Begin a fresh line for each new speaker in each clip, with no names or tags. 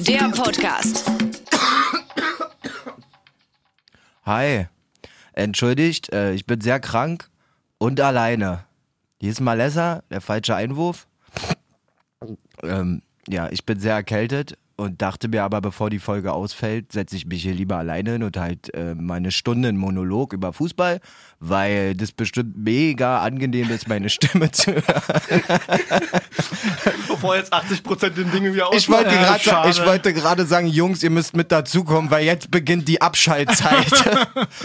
Der Podcast.
Hi. Entschuldigt, äh, ich bin sehr krank und alleine. Hier ist Malessa, der falsche Einwurf. Ähm, ja, ich bin sehr erkältet und dachte mir aber, bevor die Folge ausfällt, setze ich mich hier lieber alleine hin und halt äh, meine Stunden Monolog über Fußball, weil das bestimmt mega angenehm ist, meine Stimme zu hören.
Bevor jetzt 80% den Dingen wieder
Ich wollte
ausmachen.
gerade sagen,
Oh, äh, Schade.
ich wollte gerade sagen, Jungs, ihr müsst mit dazukommen, weil jetzt beginnt die Abschaltzeit.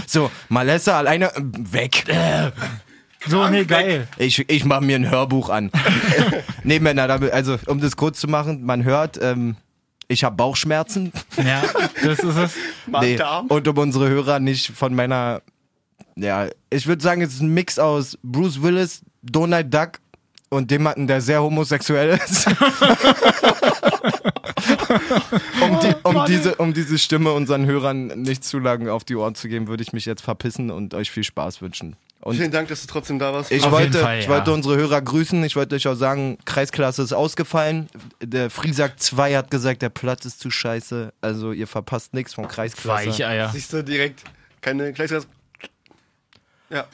so, Malessa alleine ähm, weg.
So, nee, geil.
Ich, ich mache mir ein Hörbuch an. nee, Männer, damit, also um das kurz zu machen, man hört, ähm, ich habe Bauchschmerzen.
Ja, das ist es.
Nee.
Magen-Darm.
Und um unsere Hörer nicht von meiner, ja, ich würde sagen, es ist ein Mix aus Bruce Willis, Donald Duck und jemanden, der sehr homosexuell ist. um, die, um, diese, um diese Stimme unseren Hörern nicht zu lang auf die Ohren zu geben, würde ich mich jetzt verpissen und euch viel Spaß wünschen. Und
Vielen Dank, dass du trotzdem da warst.
Ich
Auf
wollte,
jeden Fall,
ich
ja.
wollte unsere Hörer grüßen. Ich wollte euch auch sagen, Kreisklasse ist ausgefallen. Der Friesack 2 hat gesagt, der Platz ist zu scheiße. Also ihr verpasst nichts von Kreisklasse.
Weicheier.
Siehst du direkt keine Gleichsetzung. Ja.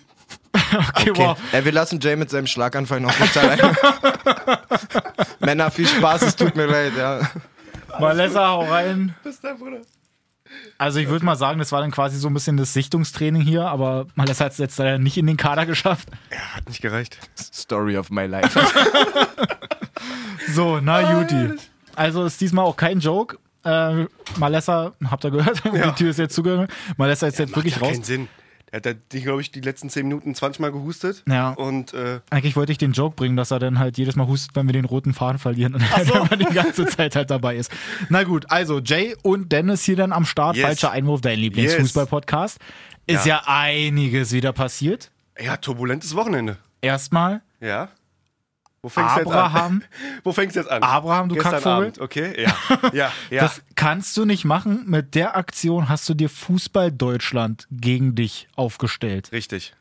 Okay.
Okay, wow.
Ja, wir lassen Jay mit seinem Schlaganfall noch kurz allein. Männer, viel Spaß, es tut mir leid. Ja.
Malessa, hau rein.
Bis dann, Bruder.
Also, ich würde mal sagen, das war dann quasi so ein bisschen das Sichtungstraining hier, aber Malessa hat es jetzt leider nicht in den Kader geschafft.
Hat nicht gereicht.
Story of my life.
So,
Ah,
na, Juti. Also, ist diesmal auch kein Joke. Äh, Malessa, habt ihr gehört? Die Tür ist jetzt zugegangen. Malessa ist jetzt wirklich
ja
raus.
keinen Sinn. Der hat die, glaube ich, die letzten 10 Minuten 20 Mal gehustet.
Ja.
Und äh,
Eigentlich wollte ich den Joke bringen, dass er dann halt jedes Mal hustet, wenn wir den roten Faden verlieren und er dann immer die ganze Zeit halt dabei ist. Na gut, also Jay und Dennis hier dann am Start.
Yes.
Falscher Einwurf, dein Lieblingsfußball-Podcast. Ist ja. einiges wieder passiert.
ja, turbulentes Wochenende.
Erstmal
Ja. Wo fängst du jetzt an?
Abraham.
Wo fängst du jetzt an?
Abraham, du
Gestern
Kackvogel.
Abend, okay? Ja. Ja, ja.
Das kannst du nicht machen. Mit der Aktion hast du dir Fußball Deutschland gegen dich aufgestellt.
richtig.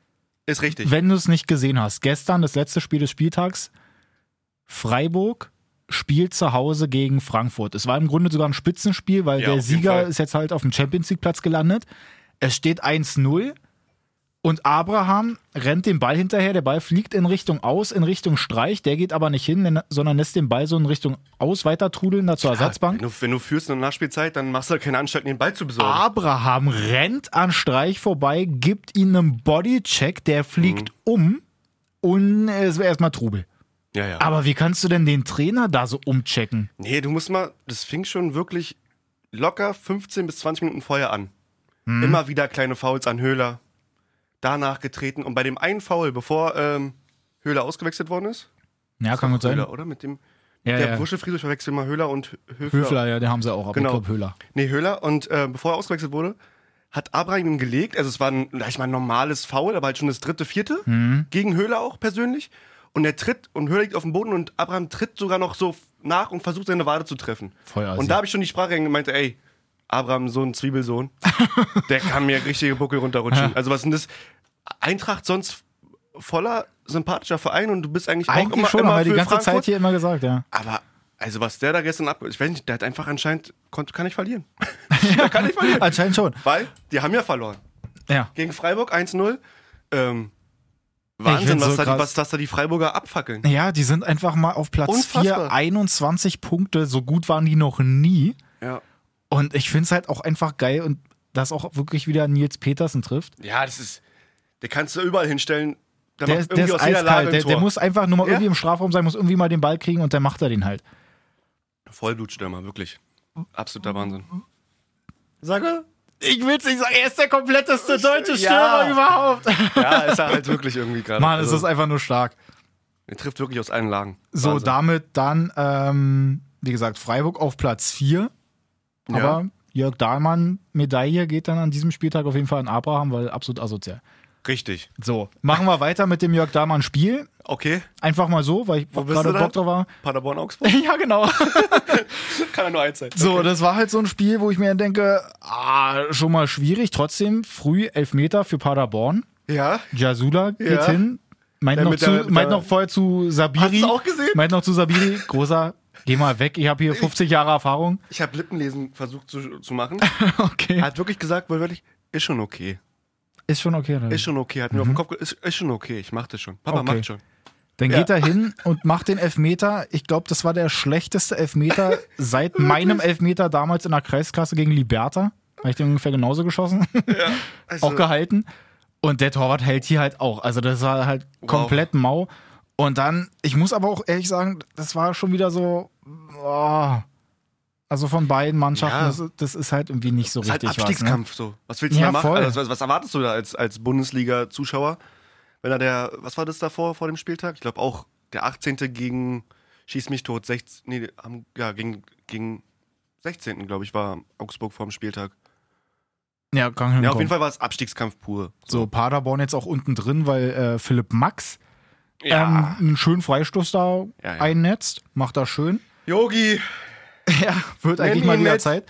Ist richtig.
Wenn du es nicht gesehen hast, gestern das letzte Spiel des Spieltags, Freiburg spielt zu Hause gegen Frankfurt. Es war im Grunde sogar ein Spitzenspiel, weil
Ja,
der
auf jeden
Sieger
Fall.
ist jetzt halt auf dem Champions League Platz gelandet. Es steht 1-0 und Abraham rennt den Ball hinterher. Der Ball fliegt in Richtung Aus, in Richtung Streich. Der geht aber nicht hin, sondern lässt den Ball so in Richtung Aus weiter trudeln, da zur Ersatzbank.
Wenn du, wenn du führst in der Nachspielzeit, dann machst du halt keine Anstalten, den Ball zu besorgen.
Abraham rennt an Streich vorbei, gibt ihm einen Bodycheck, der
Mhm.
fliegt um und es wäre erstmal Trubel.
Ja, ja.
Aber wie kannst du denn den Trainer da so umchecken?
Nee, du musst mal, das fing schon wirklich locker 15 bis 20 Minuten vorher an.
Mhm.
Immer wieder kleine Fouls an Höhler. Danach getreten und bei dem einen Foul, bevor ähm, Höhler ausgewechselt worden ist.
Ja, kann gut sein.
Höhler, oder? Mit dem.
Ja,
der
ja.
Wuschelfriese, ich verwechsel mal Höhler und Höfler.
Höfler, ja, den haben sie auch, aber
Genau.
ich glaube Höhler.
Nee, Höhler. Und äh, bevor er ausgewechselt wurde, hat Abraham ihn gelegt. Also es war ein, sag ich mal, normales Foul, aber halt schon das dritte, vierte.
Mhm.
Gegen Höhler auch persönlich. Und er tritt und Höhler liegt auf dem Boden und Abraham tritt sogar noch so nach und versucht seine Wade zu treffen.
Voll
und da habe ich schon die Sprache und meinte, ey, Abraham, so ein Zwiebelsohn, der kann mir richtige Buckel runterrutschen. Also was ist denn das? Eintracht sonst voller sympathischer Verein und du bist eigentlich, auch
Eigentlich
immer,
schon,
immer
aber die
für
ganze
Frankfurt.
Zeit hier immer gesagt, ja.
Aber, also was der da gestern ab... Ich weiß nicht, der hat einfach anscheinend... Konnte, kann ich verlieren. der kann nicht verlieren.
Anscheinend schon.
Weil die haben ja verloren.
Ja.
Gegen Freiburg 1-0. Ähm,
Ich
Wahnsinn,
find's
was,
so
da,
krass.
was, was da die Freiburger abfackeln.
Ja, die sind einfach mal auf Platz
Unfassbar.
4, 21 Punkte. So gut waren die noch nie.
Ja,
Und ich finde es halt auch einfach geil und dass auch wirklich wieder Nils Petersen trifft.
ja das ist... Der kannst du überall hinstellen. Der,
Der,
macht
ist- der
irgendwie
ist
aus jeder Lage
eiskalt.
ein
Der, der
Tor.
muss einfach nur mal
Ja.
irgendwie im Strafraum sein, muss irgendwie mal den Ball kriegen und dann macht er den halt.
Vollblutstürmer, wirklich.
Mhm.
Absoluter Wahnsinn.
Sage? Ich will's nicht sagen, er ist der kompletteste deutsche
Ja.
Stürmer überhaupt.
Ja, ist er halt wirklich irgendwie gerade.
Mann, es
Also,
ist einfach nur stark.
er trifft wirklich aus allen Lagen.
So,
Wahnsinn.
damit dann, ähm, wie gesagt, Freiburg auf Platz 4.
Ja.
Aber Jörg Dahlmann, Medaille geht dann an diesem Spieltag auf jeden Fall an Abraham, weil absolut asozial.
Richtig.
So, machen wir weiter mit dem Jörg Dahlmann Spiel.
Okay,
Einfach mal so, weil ich
bist du
gerade
da?
Bock drauf war.
Paderborn-Augsburg.
Ja, genau.
Kann er nur eins sein.
So, das war halt so ein Spiel, wo ich mir denke, ah, schon mal schwierig. Trotzdem früh Elfmeter für Paderborn.
Ja,
Jasula geht
Ja.
hin. Meint
Der
noch,
mit der-
zu,
mit
meint
der-
noch vorher zu Sabiri.
Hast du's auch gesehen?
Meint noch zu Sabiri, großer Geh mal weg, ich habe hier 50 Jahre Erfahrung.
Ich habe Lippenlesen versucht zu, zu machen. Er
Okay.
hat wirklich gesagt, wortwörtlich, ist schon okay.
Ist schon okay. Oder?
Ist schon okay. Hat mir auf den Kopf ge ist, ist schon okay. Ich mach das schon. Papa
Mhm. Okay.
macht schon.
Dann
Ja.
geht er hin und macht den Elfmeter. Ich glaube, das war der schlechteste Elfmeter seit meinem Elfmeter damals in der Kreiskasse gegen Liberta. Habe ich den ungefähr genauso geschossen,
Also,
auch gehalten. Und der Torwart hält hier halt auch. Also das war halt komplett mau. Und dann, ich muss aber auch ehrlich sagen, das war schon wieder so, oh. also von beiden Mannschaften,
Ja.
das, das ist halt irgendwie nicht so
ist halt
richtig ne?
Abstiegskampf so. Was willst du
Ja,
da machen?
voll.
Also, was, was erwartest du da als, als Bundesliga-Zuschauer? Wenn da der, was war das davor vor dem Spieltag? Ich glaube auch der 18. gegen Schieß mich tot, 16. Nee, am- ja, gegen, gegen 16. glaube ich, war Augsburg vor dem Spieltag.
Was, ne? Ja, kann hinkommen.
Ja, auf jeden Fall war es Abstiegskampf pur.
So, Paderborn jetzt auch unten drin, weil äh, Philipp Max
Ja.
ähm, einen schönen Freistoß da
Ja, ja.
einnetzt. Macht da schön.
Yogi!
ja, wird
Nenn
eigentlich mal
ihn
wieder
mit.
Zeit.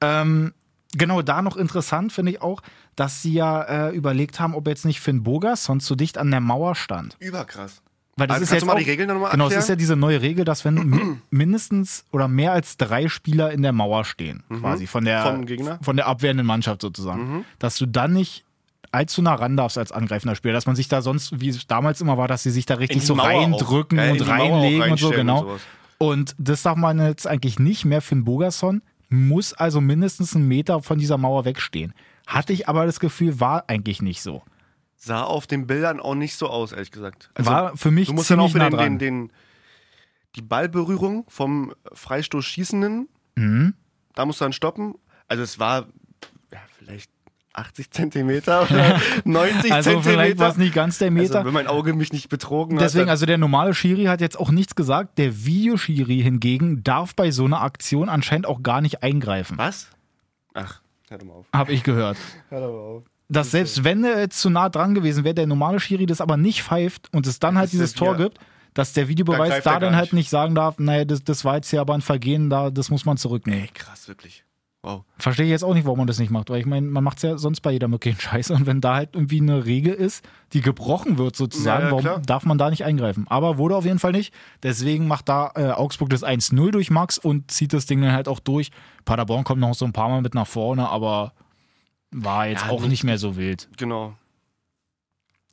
Ähm, genau, da noch interessant finde ich auch, dass sie ja äh, überlegt haben, ob jetzt nicht Finn Bogas sonst so dicht an der Mauer stand.
Überkrass.
Weil das
Also
ist
kannst
jetzt
du mal
auch,
die Regeln nochmal
Genau, es
erklären?
ist ja diese neue Regel, dass wenn mi- mindestens oder mehr als drei Spieler in der Mauer stehen, quasi von der,
Mhm. Vom Gegner? Mhm.
von der abwehrenden Mannschaft sozusagen, dass du dann nicht allzu nah ran darfst als angreifender Spieler, dass man sich da sonst, wie es damals immer war, dass sie sich da richtig
die
so
Mauer auch.
reindrücken
Ja, in die
und
Mauer auch
reinlegen und so,
reinstellen
genau.
und sowas.
Und das darf man jetzt eigentlich nicht mehr. Finn Bogerson muss also mindestens einen Meter von dieser Mauer wegstehen. Hatte ich aber das Gefühl, war eigentlich nicht so.
Sah auf den Bildern auch nicht so aus, ehrlich gesagt. Also,
War für mich
du musst dann auch
ziemlich nah
den,
dran.
den, den, die Ballberührung vom Freistoß Schießenden,
Mhm.
da musst du dann stoppen. Also es war ja, vielleicht 80 Zentimeter oder 90
also vielleicht
Zentimeter.
war es nicht ganz der Meter.
Also, wenn mein Auge mich nicht betrogen
Deswegen,
hat.
also der normale Schiri hat jetzt auch nichts gesagt. Der Videoschiri hingegen darf bei so einer Aktion anscheinend auch gar nicht eingreifen.
Was? Ach, hör doch mal auf.
Habe ich gehört.
Hör doch mal auf.
Dass selbst wenn er jetzt zu nah dran gewesen wäre, der normale Schiri das aber nicht pfeift und es dann halt
ist der
dieses Tor
Bier.
gibt, dass der Videobeweis
Da
da,
greift er gar
dann halt
nicht.
nicht sagen darf, naja, das, das war jetzt ja aber ein Vergehen, da, das muss man zurücknehmen.
Krass, wirklich. Wow.
Verstehe ich jetzt auch nicht, warum man das nicht macht, weil ich meine, man macht es ja sonst bei jeder möglichen Scheiße und wenn da halt irgendwie eine Regel ist, die gebrochen wird sozusagen,
Ja, ja,
warum
klar.
darf man da nicht eingreifen? Aber wurde auf jeden Fall nicht, deswegen macht da äh, Augsburg das 1-0 durch Max und zieht das Ding dann halt auch durch. Paderborn kommt noch so ein paar Mal mit nach vorne, aber war jetzt
Ja,
auch
nicht-
nicht mehr so wild.
Genau.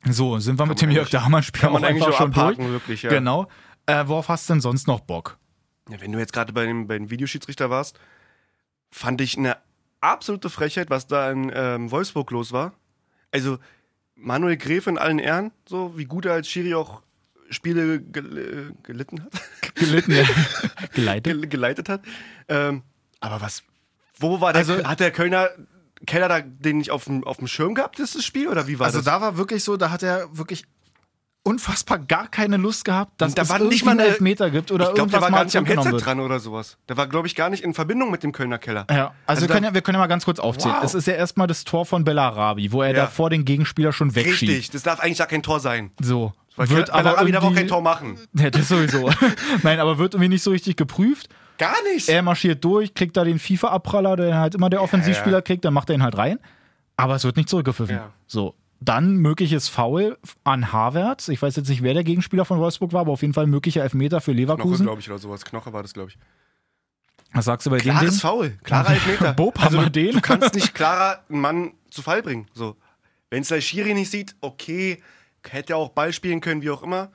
So, sind wir mit dem
man
Jörg
eigentlich-
Dahmann-Spiel
Kann
auch
man eigentlich
einfach
nur
schon
abhaken,
durch.
wirklich, ja.
Genau. Äh, worauf hast du denn sonst noch Bock?
Ja, wenn du jetzt gerade bei dem, bei dem Videoschiedsrichter warst, fand ich eine absolute Frechheit, was da in ähm, Wolfsburg los war. Also Manuel Gräfe in allen Ehren, so wie gut er als Schiri auch Spiele gel äh, gelitten hat,
Gelitten, ja. Geleitet.
gel geleitet hat. Ähm, aber was, wo war der,
Also-
hat der Kölner Keller da den nicht auf dem, auf dem Schirm gehabt, das Spiel, oder wie war
Also
das?
da war wirklich so, da hat er wirklich unfassbar gar keine Lust gehabt, dass
Und da
es
war
irgendwie
nicht mal
einen
eine-
Elfmeter gibt oder
ich glaube, der
irgendwas
war
mal
gar nicht am
zurückgenommen
Headset
wird.
dran oder sowas. Der war, glaube ich, gar nicht in Verbindung mit dem Kölner Keller.
Ja, also, wir,
da-
können ja, wir können ja mal ganz kurz aufzählen.
Wow.
Es ist ja erstmal das Tor von Bellarabi, wo er
Ja.
davor den Gegenspieler schon wegschiebt.
Richtig, das darf eigentlich gar kein Tor sein.
So.
Weil
Wird aber
Bellarabi darf auch
irgendwie-
kein Tor machen.
Ja, das sowieso. Nein, aber wird irgendwie nicht so richtig geprüft.
Gar nicht.
Er marschiert durch, kriegt da den FIFA-Abpraller, den halt immer der Offensivspieler kriegt, dann macht er ihn halt rein. Aber es wird nicht zurückgepfiffen.
Ja.
So. Dann mögliches Foul an Havertz. Ich weiß jetzt nicht, wer der Gegenspieler von Wolfsburg war, aber auf jeden Fall ein möglicher Elfmeter für
Knoche,
Leverkusen.
glaube ich, oder sowas. Knoche war das, glaube ich.
Was sagst du bei dem
Klares
Ding?
Foul, klarer Elfmeter.
Bob, haben wir
du,
den?
du kannst nicht klarer einen Mann zu Fall bringen. So. Wenn es der Schiri nicht sieht, okay, hätte er auch Ball spielen können, wie auch immer.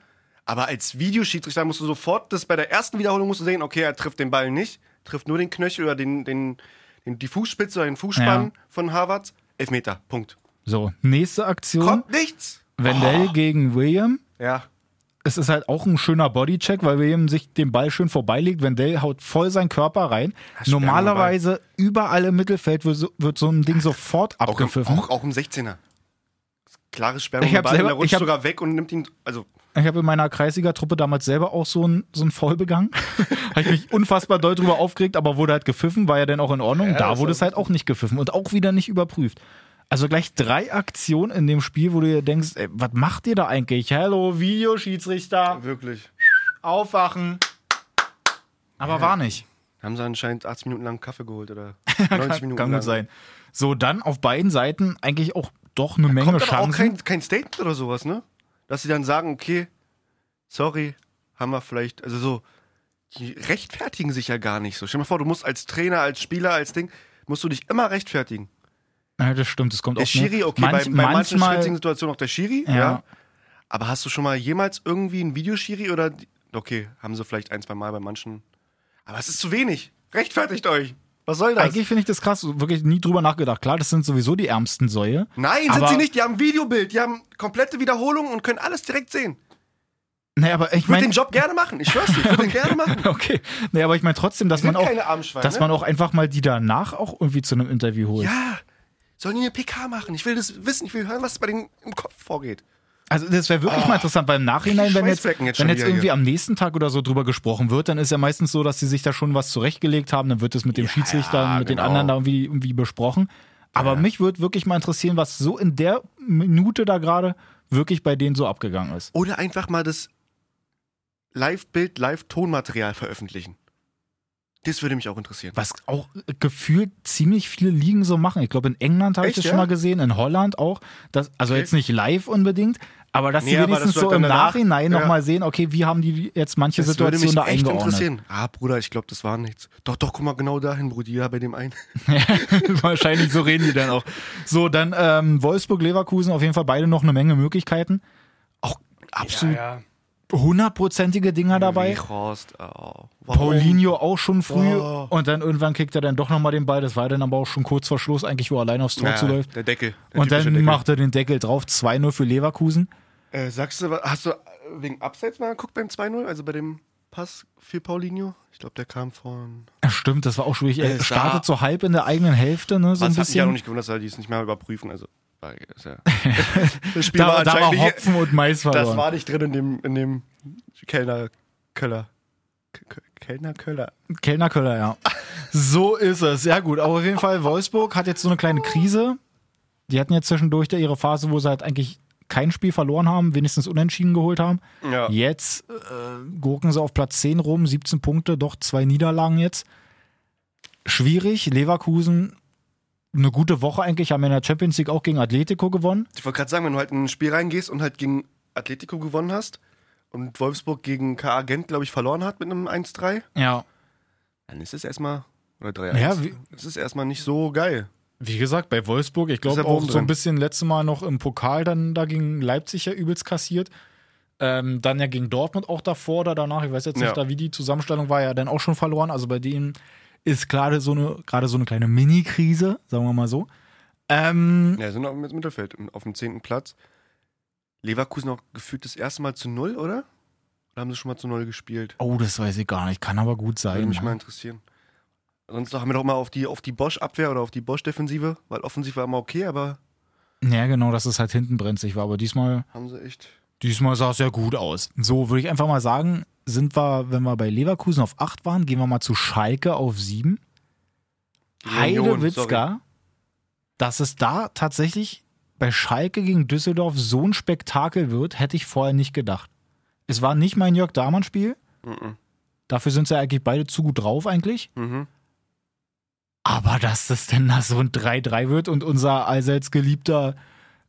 Aber als Videoschiedsrichter musst du sofort, das bei der ersten Wiederholung musst du sehen, okay, er trifft den Ball nicht, trifft nur den Knöchel oder den, den, den, die Fußspitze oder den Fußspann
Ja.
von Harvard. Elfmeter, Punkt.
So, nächste Aktion.
Kommt nichts.
Wendell
Oh.
gegen William.
Ja.
Es ist halt auch ein schöner Bodycheck, weil William sich den Ball schön vorbeilegt. Wendell haut voll seinen Körper rein.
Sperrung
Normalerweise überall im Mittelfeld wird so, wird so ein Ding sofort
Auch im,
abgepfiffen.
auch, auch im 16er. Klares Sperrung,
Ich hab
Ball,
selber-
der
ich
rutscht
hab-
sogar weg und nimmt ihn, also
Ich habe in meiner Kreisliga-Truppe damals selber auch so ein, so ein Foul begangen. habe ich mich unfassbar doll drüber aufgeregt, aber wurde halt gepfiffen, war ja dann auch in Ordnung. da
das
wurde
war
es halt auch nicht gepfiffen und auch wieder nicht überprüft. Also gleich drei Aktionen in dem Spiel, wo du dir denkst, ey, was macht ihr da eigentlich? Hallo, Videoschiedsrichter,
wirklich.
aufwachen. Aber war nicht.
Haben sie anscheinend 80 Minuten lang Kaffee geholt oder 90 Minuten
Kann
lang.
gut sein. So, dann auf beiden Seiten eigentlich auch doch eine Menge
Kommt aber auch
Chancen.
kein, kein Statement oder sowas, ne? Dass sie dann sagen, okay, sorry, haben wir vielleicht, also so, die rechtfertigen sich ja gar nicht so. Stell dir mal vor, du musst als Trainer, als Spieler, als Ding, musst du dich immer rechtfertigen.
Ja, das stimmt, das kommt
Der
auch ne?
Schiri, okay,
Manch-
bei, bei manchen strittigen
manchmal,
Situationen auch der Schiri, ja.
Ja.
Aber hast du schon mal jemals irgendwie einen Videoschiri oder. die- Okay, haben sie vielleicht ein, zwei Mal bei manchen. Aber es ist zu wenig. Rechtfertigt euch. Was soll das?
Eigentlich finde ich das krass, so wirklich nie drüber nachgedacht. Klar, das sind sowieso die ärmsten Säue.
Nein, sind
Aber-
sie nicht. Die haben ein Videobild, die haben komplette Wiederholungen und können alles direkt sehen.
Naja, aber ich
Ich würde
meine.
den Job gerne machen. Ich schwör's dir, ich würde den gerne machen.
Okay. Naja, aber ich meine trotzdem, dass
Die sind
man auch.
keine Armschweine.
Dass man auch einfach mal die danach auch irgendwie zu einem Interview holt.
ja, sollen die eine PK machen? Ich will das wissen, ich will hören, was bei denen im Kopf vorgeht.
Also das wäre wirklich mal interessant, weil im Nachhinein, wenn jetzt,
Schweißflecken Ah, jetzt schon
wenn jetzt
wieder
irgendwie
hier.
am nächsten Tag oder so drüber gesprochen wird, dann ist ja meistens so, dass sie sich da schon was zurechtgelegt haben, dann wird es mit dem Schiedsrichter,
ja,
mit den
genau.
anderen da irgendwie, irgendwie besprochen. Aber mich würde wirklich mal interessieren, was so in der Minute da gerade wirklich bei denen so abgegangen ist.
Oder einfach mal das Live-Bild, Live-Tonmaterial veröffentlichen. Das würde mich auch interessieren.
Was auch gefühlt ziemlich viele Ligen so machen. Ich glaube, in England habe ich
Echt,
das
ja?
schon mal gesehen, in Holland auch. Dass, also
Okay.
jetzt nicht live unbedingt, aber dass sie
Nee, aber
wenigstens
dass du halt
so im
dann danach-
Nachhinein
ja.
nochmal sehen, okay, wie haben die jetzt manche
Das
Situationen da
würde mich echt
eingeordnet.
interessieren. Ah, Bruder, ich glaube, das war nichts. Doch, doch, guck mal genau dahin, Brudi, ja, bei dem einen.
Wahrscheinlich so reden die dann auch. So, dann ähm, Wolfsburg, Leverkusen, auf jeden Fall beide noch eine Menge Möglichkeiten. Auch absolut hundertprozentige Dinger dabei.
Wie Horst, oh.
Paulinho auch schon früh
Oh.
und dann irgendwann kickt er dann doch nochmal den Ball. Das war dann aber auch schon kurz vor Schluss, eigentlich, wo er allein aufs Tor
Ja,
zuläuft.
Der Deckel. Der
Und dann
typische Deckel.
macht er den Deckel drauf. 2-0 für Leverkusen.
Äh, sagst du, wa- hast du äh, wegen Abseits mal geguckt beim 2-0? Also bei dem Pass für Paulinho? Ich glaube, der kam von.
Ja, Stimmt, das war auch schwierig.
Äh,
Er
sah-
startet so halb in der eigenen Hälfte, ne? So ein
Was hat mich ja noch
bisschen.
nicht gewundert, dass die es nicht mehr überprüfen. Also, war- ist ja- das Spiel
Da, da war
anscheinend nicht-
Hopfen und Mais verloren.
Das war nicht drin in dem, in dem Kellner Köller. K- K- Kellner Köller.
Kellner Köller, ja. So ist es. Ja, gut. Aber auf jeden Fall, Wolfsburg hat jetzt so eine kleine Krise. Die hatten jetzt zwischendurch da ihre Phase, wo sie halt eigentlich kein Spiel verloren haben, wenigstens unentschieden geholt haben.
Ja.
Jetzt äh, gucken sie auf Platz 10 rum, 17 Punkte, doch zwei Niederlagen jetzt. Schwierig. Leverkusen, eine gute Woche eigentlich, haben in der Champions League auch gegen Atletico gewonnen.
Ich wollte gerade sagen, wenn du halt in ein Spiel reingehst und halt gegen Atletico gewonnen hast und Wolfsburg gegen K.A. Gent, glaube ich, verloren hat mit einem 1-3,
Ja.
dann ist es erstmal. Oder 3-1.
Ja, wie-
das ist erstmal nicht so geil.
Wie gesagt, bei Wolfsburg, ich
Ist
glaube
ja
auch
oben
so
drin.
ein bisschen letztes Mal noch im Pokal dann da gegen Leipzig ja übelst kassiert. Ähm, dann ja gegen Dortmund auch davor oder danach, ich weiß jetzt nicht,
Ja.
da wie die Zusammenstellung war ja dann auch schon verloren. Also bei denen ist gerade so eine, gerade so eine kleine Mini-Krise, sagen wir mal so. Ähm,
Ja, sind auch im Mittelfeld, im- auf dem 10. Platz. Leverkusen auch gefühlt das erste Mal zu Null, oder? Oder haben sie schon mal zu Null gespielt?
oh, das weiß ich gar nicht, kann aber gut
Würde
sein.
mich mal interessieren. Sonst haben wir doch mal auf die, auf die Bosch-Abwehr oder auf die Bosch-Defensive, weil offensiv war immer okay, aber
Ja, genau, dass es halt hinten brenzlig war, aber diesmal,
haben sie echt.
diesmal sah es ja gut aus. So, würde ich einfach mal sagen, sind wir, wenn wir bei Leverkusen auf 8 waren, gehen wir mal zu Schalke auf 7.
Gegen Union,
Heidewitzka, dass es da tatsächlich bei Schalke gegen Düsseldorf so ein Spektakel wird, hätte ich vorher nicht gedacht. Es war nicht mein Jörg Dahmann-Spiel.
sorry. Mhm.
Dafür sind sie eigentlich beide zu gut drauf eigentlich.
Mhm.
Aber dass das denn da so ein 3-3 wird und unser allseits geliebter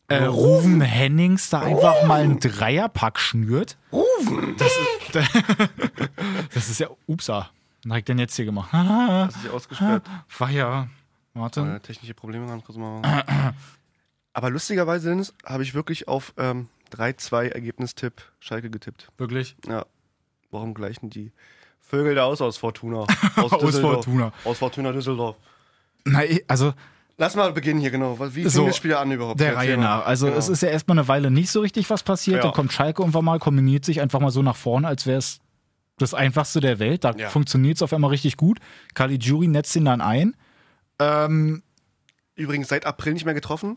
äh, Ruven Hennings da einfach mal einen Dreierpack schnürt. Ruven! Das ist, das ist ja, upsa, was hab ich denn jetzt hier gemacht?
Das ist ja ausgesperrt.
War ja, warte.
Äh, technische Probleme ganz kurz mal. Aber lustigerweise, Dennis, habe ich wirklich auf ähm, 3-2-Ergebnistipp Schalke getippt.
Wirklich?
Ja. Warum gleichen die Vögel da aus aus Fortuna?
Aus
Düsseldorf.
Fortuna.
Aus Fortuna Düsseldorf.
Na, eh, also
Lass mal beginnen hier, genau. Was- Wie fing
So,
das Spiel an überhaupt?
der
Erzähl
Reihe
mal.
nach. Also
Genau.
es ist ja erstmal eine Weile nicht so richtig was passiert.
Ja.
Dann kommt Schalke irgendwann mal, kombiniert sich einfach mal so nach vorne, als wäre es das Einfachste der Welt. Da
Ja.
funktioniert es auf einmal richtig gut. Caligiuri netzt ihn dann ein. Ähm,
Übrigens seit April nicht mehr getroffen.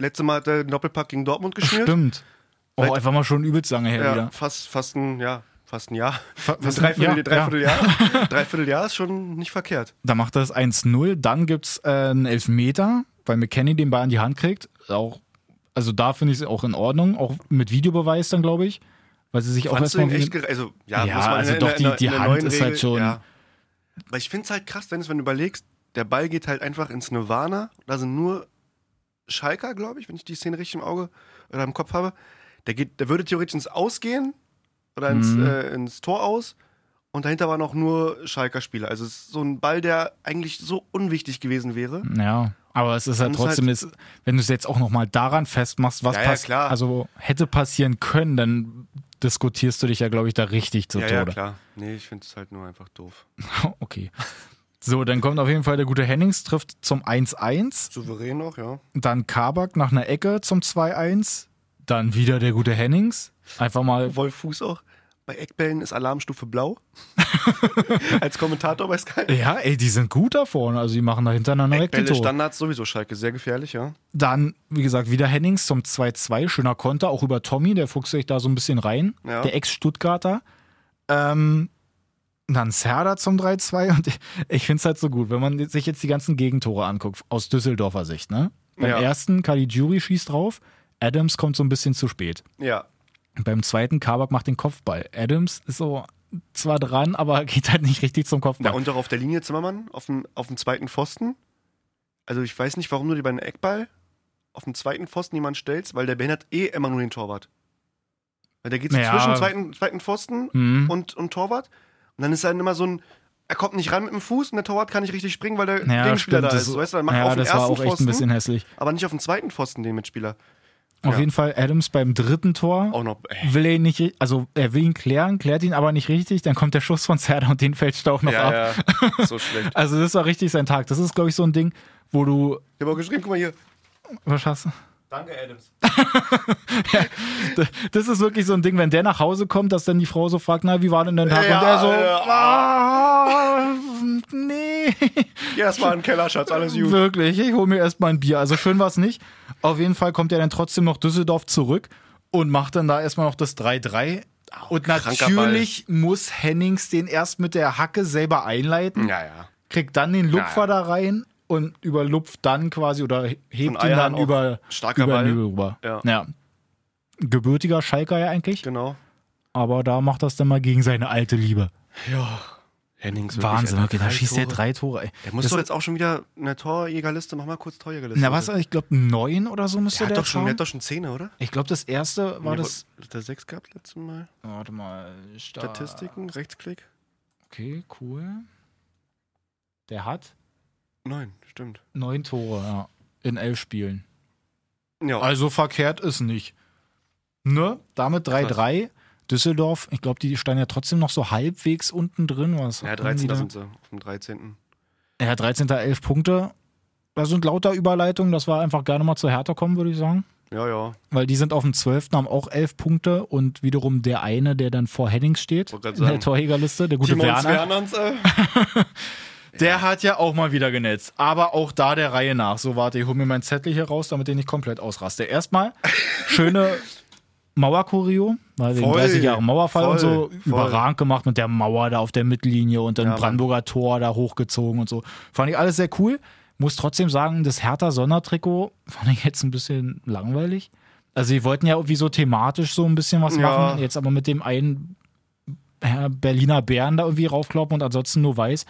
Letzte Mal hat der Doppelpack gegen Dortmund geschmiert.
stimmt. Oh,
Seit-
einfach mal schon übelst lange her
Ja,
wieder.
fast, fast ein, ja, fast ein Jahr.
fast
Fast
ein-
Dreiviertel,
ja,
Dreivierteljahr. Dreivierteljahr ist schon nicht verkehrt.
Da macht er es 1-0. Dann gibt es äh, einen Elfmeter, weil McKenny den Ball in die Hand kriegt. Auch, also da finde ich es auch in Ordnung. Auch mit Videobeweis dann, glaube ich. Weil sie sich auch
Fandst du ihn
erstmal.
echt gere- Also, ja,
Ja,
muss man
also
in,
doch,
in,
die-
in,
die
in der
Hand
neuen
ist
Regel,
halt schon-
Ja. Aber ich finde es halt krass, Dennis, wenn du überlegst, der Ball geht halt einfach ins Nirvana. Da sind nur Schalker, glaube ich, wenn ich die Szene richtig im Auge oder im Kopf habe. Der, geht, der würde theoretisch ins Ausgehen oder ins,
Mhm.
äh, ins Tor aus. Und dahinter waren auch nur Schalker Spieler. Also es ist so ein Ball, der eigentlich so unwichtig gewesen wäre.
Ja, aber es ist ja
Dann ist
trotzdem, ist, wenn du es jetzt auch nochmal daran festmachst, was
halt Ja, ja,
pass
klar.
also hätte passieren können, dann diskutierst du dich ja, glaube ich, da richtig zu
ja, ja,
Tode.
klar. Nee, ich finde es halt nur einfach doof.
okay. So, dann kommt auf jeden Fall der gute Hennings, trifft zum 1-1,
Souverän auch, ja.
dann Kabak nach einer Ecke zum 2-1, dann wieder der gute Hennings. Einfach mal,
Wolf Fuß auch. Bei Eckbällen ist Alarmstufe blau. Als Kommentator bei Sky.
ja, ey, die sind gut da vorne, also die machen da hintereinander weg die
Bälle
Tore.
Standards sowieso Schalke, sehr gefährlich, ja.
Dann, wie gesagt, wieder Hennings zum 2-2. Schöner Konter, auch über Tommy, der fuchst sich da so ein bisschen rein.
Ja.
Der Ex-Stuttgarter. Ähm, dann Serda zum 3-2. Und ich finde es halt so gut, wenn man sich jetzt die ganzen Gegentore anguckt, aus Düsseldorfer Sicht. Ne? Beim
Ja.
ersten, Caligiuri schießt drauf. Adams kommt so ein bisschen zu spät.
Ja.
Beim zweiten, Kabak macht den Kopfball. Adams ist so zwar dran, aber geht halt nicht richtig zum
ja.
Kopfball.
Und auch auf der Linie Zimmermann, auf dem, auf dem zweiten Pfosten. Also ich weiß nicht, warum du dir bei einem Eckball auf dem zweiten Pfosten jemanden stellst, weil der behindert eh immer nur den Torwart. Weil der geht so
Ja.
zwischen zweiten, zweiten Pfosten
Hm.
und, und Torwart. Und dann ist dann immer so ein, er kommt nicht ran mit dem Fuß und der Torwart kann nicht richtig springen, weil der
ja,
Gegenspieler
stimmt,
da
das,
ist. Weißt du, dann macht er
ja,
auf den
das war
ersten
auch echt
Pfosten,
ein bisschen hässlich.
aber nicht auf den zweiten Pfosten den Mitspieler.
Auf
Ja.
jeden Fall Adams beim dritten Tor.
Auch noch, ey.
will ihn nicht, ri- also er will ihn klären, klärt ihn aber nicht richtig, dann kommt der Schuss von Serda und den fällt Stauch noch ab.
Ja, ja, so schlecht.
Also das war richtig sein Tag. Das ist, glaube ich, so ein Ding, wo du,
Ich habe auch geschrieben, guck mal hier.
was hast du?
Danke, Adams.
Das ist wirklich so ein Ding, wenn der nach Hause kommt, dass dann die Frau so fragt, na, wie war denn dein Tag?
Ja,
und er so,
ja.
ah, nee,
Ja, es war ein Kellerschatz, alles gut.
wirklich, ich hole mir erstmal ein Bier. Also schön war es nicht. Auf jeden Fall kommt er dann trotzdem noch Düsseldorf zurück und macht dann da erstmal noch das 3-3. Und
kranker Ball.
natürlich muss Hennings den erst mit der Hacke selber einleiten.
Ja, ja.
kriegt dann den Lupfer
Ja.
da rein und überlupft dann quasi oder hebt ihn
Eier
dann
auch
über,
starker
über
Ball.
den Hügel rüber.
Ja.
Gebürtiger Schalker ja eigentlich,
Genau.
aber da macht das dann mal gegen seine alte Liebe.
Ja. Hennings wirklich,
Wahnsinn,
Alter.
okay, da
Drei
schießt er
Tore.
drei Tore. Ey.
Der muss
Das-
doch jetzt auch schon wieder in der Torjägerliste, mach mal kurz Torjägerliste.
na was, ich glaube neun oder so müsste
Der
der,
hat doch schon, der
haben.
hat doch schon Zähne, oder?
Ich glaube das erste war
Nee,
das,
wo- Hat er sechs gehabt letztes Mal?
warte mal, Sta-
Statistiken, Rechtsklick?
Okay, cool. Der hat
Nein, stimmt.
neun Tore ja, in elf Spielen.
Ja.
Also verkehrt ist nicht. Ne? Damit 3-3. Düsseldorf, ich glaube, die standen ja trotzdem noch so halbwegs unten drin. Was
ja,
hatten
13.
die da?
sind sie, auf dem 13.
Ja, 13. 11 Punkte. Da sind lauter Überleitungen. Das war einfach gerne mal zu Hertha kommen, würde ich sagen.
Ja, ja.
Weil die sind auf dem 12. haben auch 11 Punkte. Und wiederum der eine, der dann vor Headings steht,
Wollte grad
in der
sagen.
Torjägerliste, der gute Werner,
Wernans, äh.
der hat ja auch mal wieder genetzt. Aber auch da der Reihe nach. So, warte, ich hole mir mein Zettel hier raus, damit ich nicht komplett ausraste. Erstmal schöne Mauerkurio, weil wegen
Voll,
30 Jahre Mauerfall und so
voll, voll.
überragend gemacht mit der Mauer da auf der Mittellinie und dann
Ja, Mann.
Brandenburger Tor da hochgezogen und so. Fand ich alles sehr cool. Muss trotzdem sagen, das Hertha Sondertrikot fand ich jetzt ein bisschen langweilig. Also, sie wollten ja irgendwie so thematisch so ein bisschen was
Ja.
machen, jetzt aber mit dem einen äh, Berliner Bären da irgendwie raufkloppen und ansonsten nur weiß.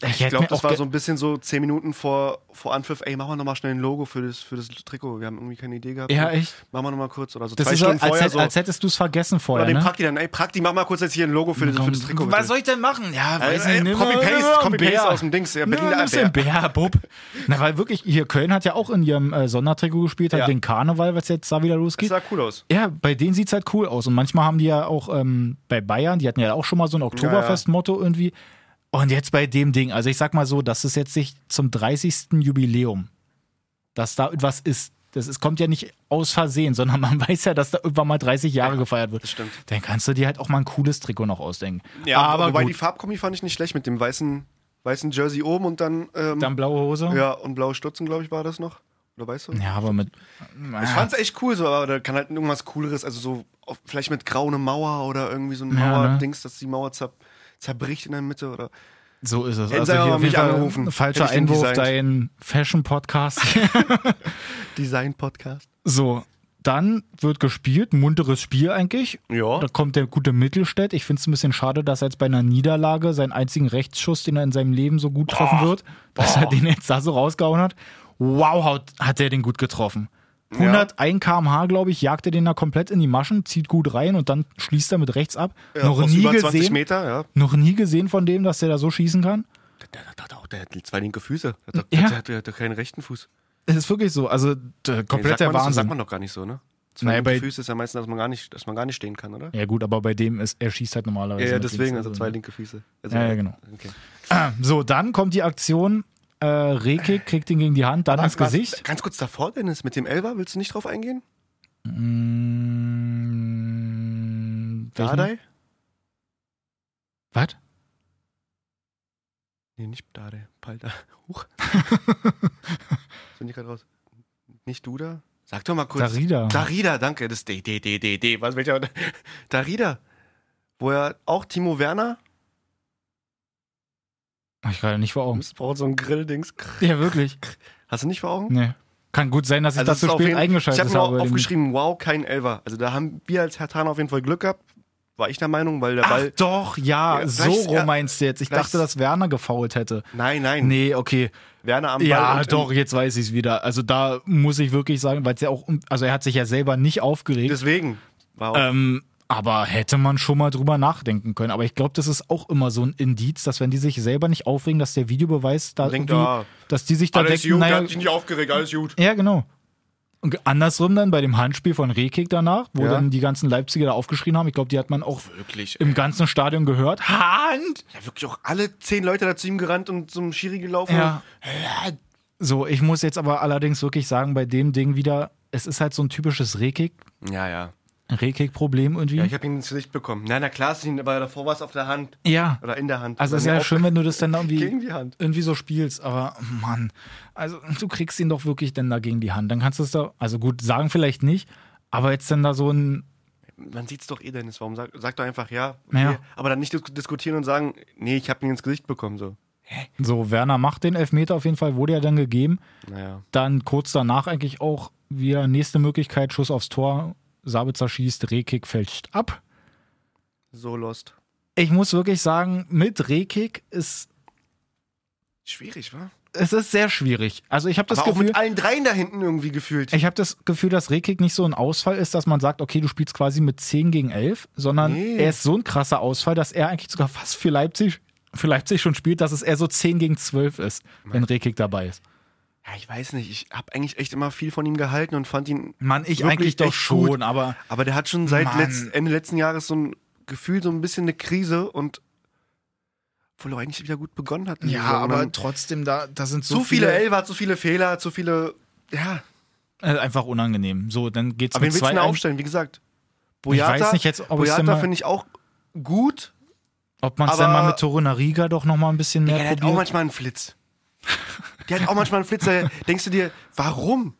Ich,
Ich glaube, das war so ein bisschen so 10 Minuten vor, vor Anpfiff, ey, machen wir nochmal schnell ein Logo für das, für das Trikot. Wir haben irgendwie keine Idee gehabt.
Ja, echt.
Machen wir nochmal kurz oder so.
Das
Zwei
ist so,
Stunden
als,
vorher
hätt,
so.
als hättest du es vergessen
oder
vorher.
den
ne?
Prakti dann, ey, Prakti, mach mal kurz jetzt hier ein Logo für, das, für das Trikot. bitte.
Was soll ich denn machen? Ja, weiß
ey,
ich nicht.
Copy-Paste,
Nimm mal einen
Copy-Paste
Bär.
aus dem Dings, ja,
Nimm
Berliner
mal ein Bär, Bub. Na, weil wirklich, hier Köln hat ja auch in ihrem äh, Sondertrikot gespielt, hat
Ja.
den Karneval, was jetzt da wieder
Das
losgeht.
sah cool aus.
Ja, bei denen sieht's halt cool aus. Und manchmal haben die ja auch ähm, bei Bayern, die hatten ja auch schon mal so ein Oktoberfest-Motto irgendwie. Und jetzt bei dem Ding, also ich sag mal so, das ist jetzt nicht zum 30. Jubiläum, dass da etwas ist. Das ist, kommt ja nicht aus Versehen, sondern man weiß ja, dass da irgendwann mal 30 Jahre gefeiert wird.
das stimmt.
Dann kannst du dir halt auch mal ein cooles Trikot noch ausdenken.
Ja,
aber
wobei
gut,
die Farbkombi fand ich nicht schlecht mit dem weißen, weißen Jersey oben und dann, ähm,
dann blaue Hose.
ja und blaue Stutzen, glaube ich, war das noch. Oder weißt du?
Ja, aber mit.
Ich fand's echt cool, so, aber da kann halt irgendwas cooleres, also so auf, vielleicht mit grau eine Mauer oder irgendwie so ein
Ja, ne?
Mauerdings, dass die Mauer zer, zerbricht in der Mitte oder.
So ist es. Also
Hätten sie aber
hier
mich angerufen.
falscher
Hätte ich den
Einwurf,
designt.
dein Fashion-Podcast.
Design-Podcast.
so, dann wird gespielt, munteres Spiel eigentlich.
Ja.
Da kommt der gute Mittelstädt. Ich finde es ein bisschen schade, dass er jetzt bei einer Niederlage seinen einzigen Rechtsschuss, den er in seinem Leben so gut treffen wird, dass er den jetzt da so rausgehauen hat. Wow, hat, hat er den gut getroffen. 101 km/h, glaube ich, jagt er den da komplett in die Maschen, zieht gut rein und dann schließt er mit rechts ab. noch,
aus
nie
über 20
gesehen,
Meter, ja.
noch nie gesehen von dem, dass der da so schießen kann.
Der, der, der, der, der hat zwei linke Füße. Der,
Ja.
der, der, der, der hat keinen rechten Fuß.
Es ist wirklich so. Also der, komplett der
sagt man, Das sagt
Wahnsinn.
man doch gar nicht so, ne? Zwei
Naja,
linke
bei-
Füße ist ja meistens, dass man gar nicht, dass man gar nicht stehen kann, oder?
Ja gut, aber bei dem ist, er schießt halt normalerweise.
Ja, ja
mit
deswegen,
links,
also zwei linke Füße. Also,
ne? Ja, ja, genau.
Okay.
So, dann kommt die Aktion. Äh, Rekik kriegt ihn gegen die Hand, dann ins
Was- was-
Gesicht.
Ganz kurz davor, Dennis, mit dem Elber, willst du nicht drauf eingehen?
Mm, welchen?
Dardai?
Was?
Nee, nicht Dardai. Palda. Huch. Sind die gerade raus? Nicht Duda? Sag doch mal kurz.
Darida.
Darida, danke. Das D, D, D, D, D. Was welcher? Darida. Wo er auch Timo Werner.
Hab ich gerade nicht vor Augen.
Das braucht so ein Grilldings.
Ja, wirklich.
Hast du nicht vor Augen?
Nee. Kann gut sein, dass ich
Also es
das zu
ist auf
spät
jeden-
eingeschaltet
Ich habe
habe.
nur aufgeschrieben, wow, kein Elfer. Also da haben wir als Hertana auf jeden Fall Glück gehabt. War ich der Meinung, weil der
Ach
Ball.
doch, ja,
Ja,
so
vielleicht- ja,
rum meinst du jetzt. Ich
vielleicht-
dachte, dass Werner gefault hätte.
Nein, nein.
Nee, okay.
Werner am Ball.
Ja,
und im-
doch, jetzt weiß ich es wieder. Also da muss ich wirklich sagen, weil es ja auch, um- also er hat sich ja selber nicht aufgeregt.
Deswegen. War auch
Ähm, aber hätte man schon mal drüber nachdenken können. Aber ich glaube, das ist auch immer so ein Indiz, dass wenn die sich selber nicht aufregen, dass der Videobeweis da
Denkt,
irgendwie,
ah,
dass die sich da denken, naja,
nicht aufgeregt, alles gut.
ja genau. Und ge- andersrum dann bei dem Handspiel von Rekik danach, wo
Ja.
dann die ganzen Leipziger da aufgeschrien haben, ich glaube, die hat man auch
Wirklich.
im ganzen Stadion gehört. Hand!
Ja, wirklich auch alle zehn Leute da zu ihm gerannt und zum Schiri gelaufen.
Ja. So, ich muss jetzt aber allerdings wirklich sagen, bei dem Ding wieder, es ist halt so ein typisches Rekik,
Ja, ja.
Rekik-Problem irgendwie.
Ja, ich habe ihn ins Gesicht bekommen. Nein, na klar, ist ihn, aber davor war es auf der Hand.
ja.
Oder in der Hand.
Also
Oder
es ist
nee,
ja
auf-
schön, wenn du das dann irgendwie
Gegen die Hand.
irgendwie so spielst, aber Mann, also du kriegst ihn doch wirklich dann da gegen die Hand. Dann kannst du es da, also gut, sagen vielleicht nicht, aber jetzt dann da so ein,
Man sieht's doch eh, Dennis. Warum sag, sag doch einfach ja.
Ja.
Aber dann nicht dis diskutieren und sagen, nee, ich habe ihn ins Gesicht bekommen. So.
so Werner macht den Elfmeter auf jeden Fall, wurde ja dann gegeben.
Naja.
Dann kurz danach eigentlich auch wieder nächste Möglichkeit, Schuss aufs Tor, Sabitzer schießt, Rehkick fälscht ab.
So lost.
Ich muss wirklich sagen, mit Rehkick ist,
Schwierig, wa?
es ist sehr schwierig. Also ich habe das
aber auch
Gefühl,
mit allen dreien da hinten irgendwie gefühlt.
Ich habe das Gefühl, dass Rekik nicht so ein Ausfall ist, dass man sagt, okay, du spielst quasi mit 10 gegen 11, sondern
Nee.
er ist so ein krasser Ausfall, dass er eigentlich sogar fast für Leipzig, für Leipzig schon spielt, dass es eher so 10 gegen 12 ist, wenn Rekik dabei ist.
ja, ich weiß nicht. Ich habe eigentlich echt immer viel von ihm gehalten und fand ihn
Mann, ich
Wirklich
eigentlich doch
echt
schon,
gut.
aber
Aber der hat schon seit
Mann.
letz, Ende letzten Jahres so ein Gefühl, so ein bisschen eine Krise und obwohl er eigentlich wieder gut begonnen hat. in der Saison. Und dann
trotzdem, da, da sind
zu viele Elfer, zu viele Fehler, zu viele. Ja,
Äh, einfach unangenehm. So, dann geht's
aber wen
mit
willst du
zwei
denn
ein-
aufstellen? Wie gesagt,
Ich weiß nicht jetzt, ob ich's denn
Boyata
mal-
finde ich auch gut.
Ob man es
aber-
dann mal mit Torunariga doch noch mal ein bisschen mehr
der hat auch
probiert.
manchmal einen Flitz. Der hat auch manchmal einen Flitz. Da denkst du dir, warum?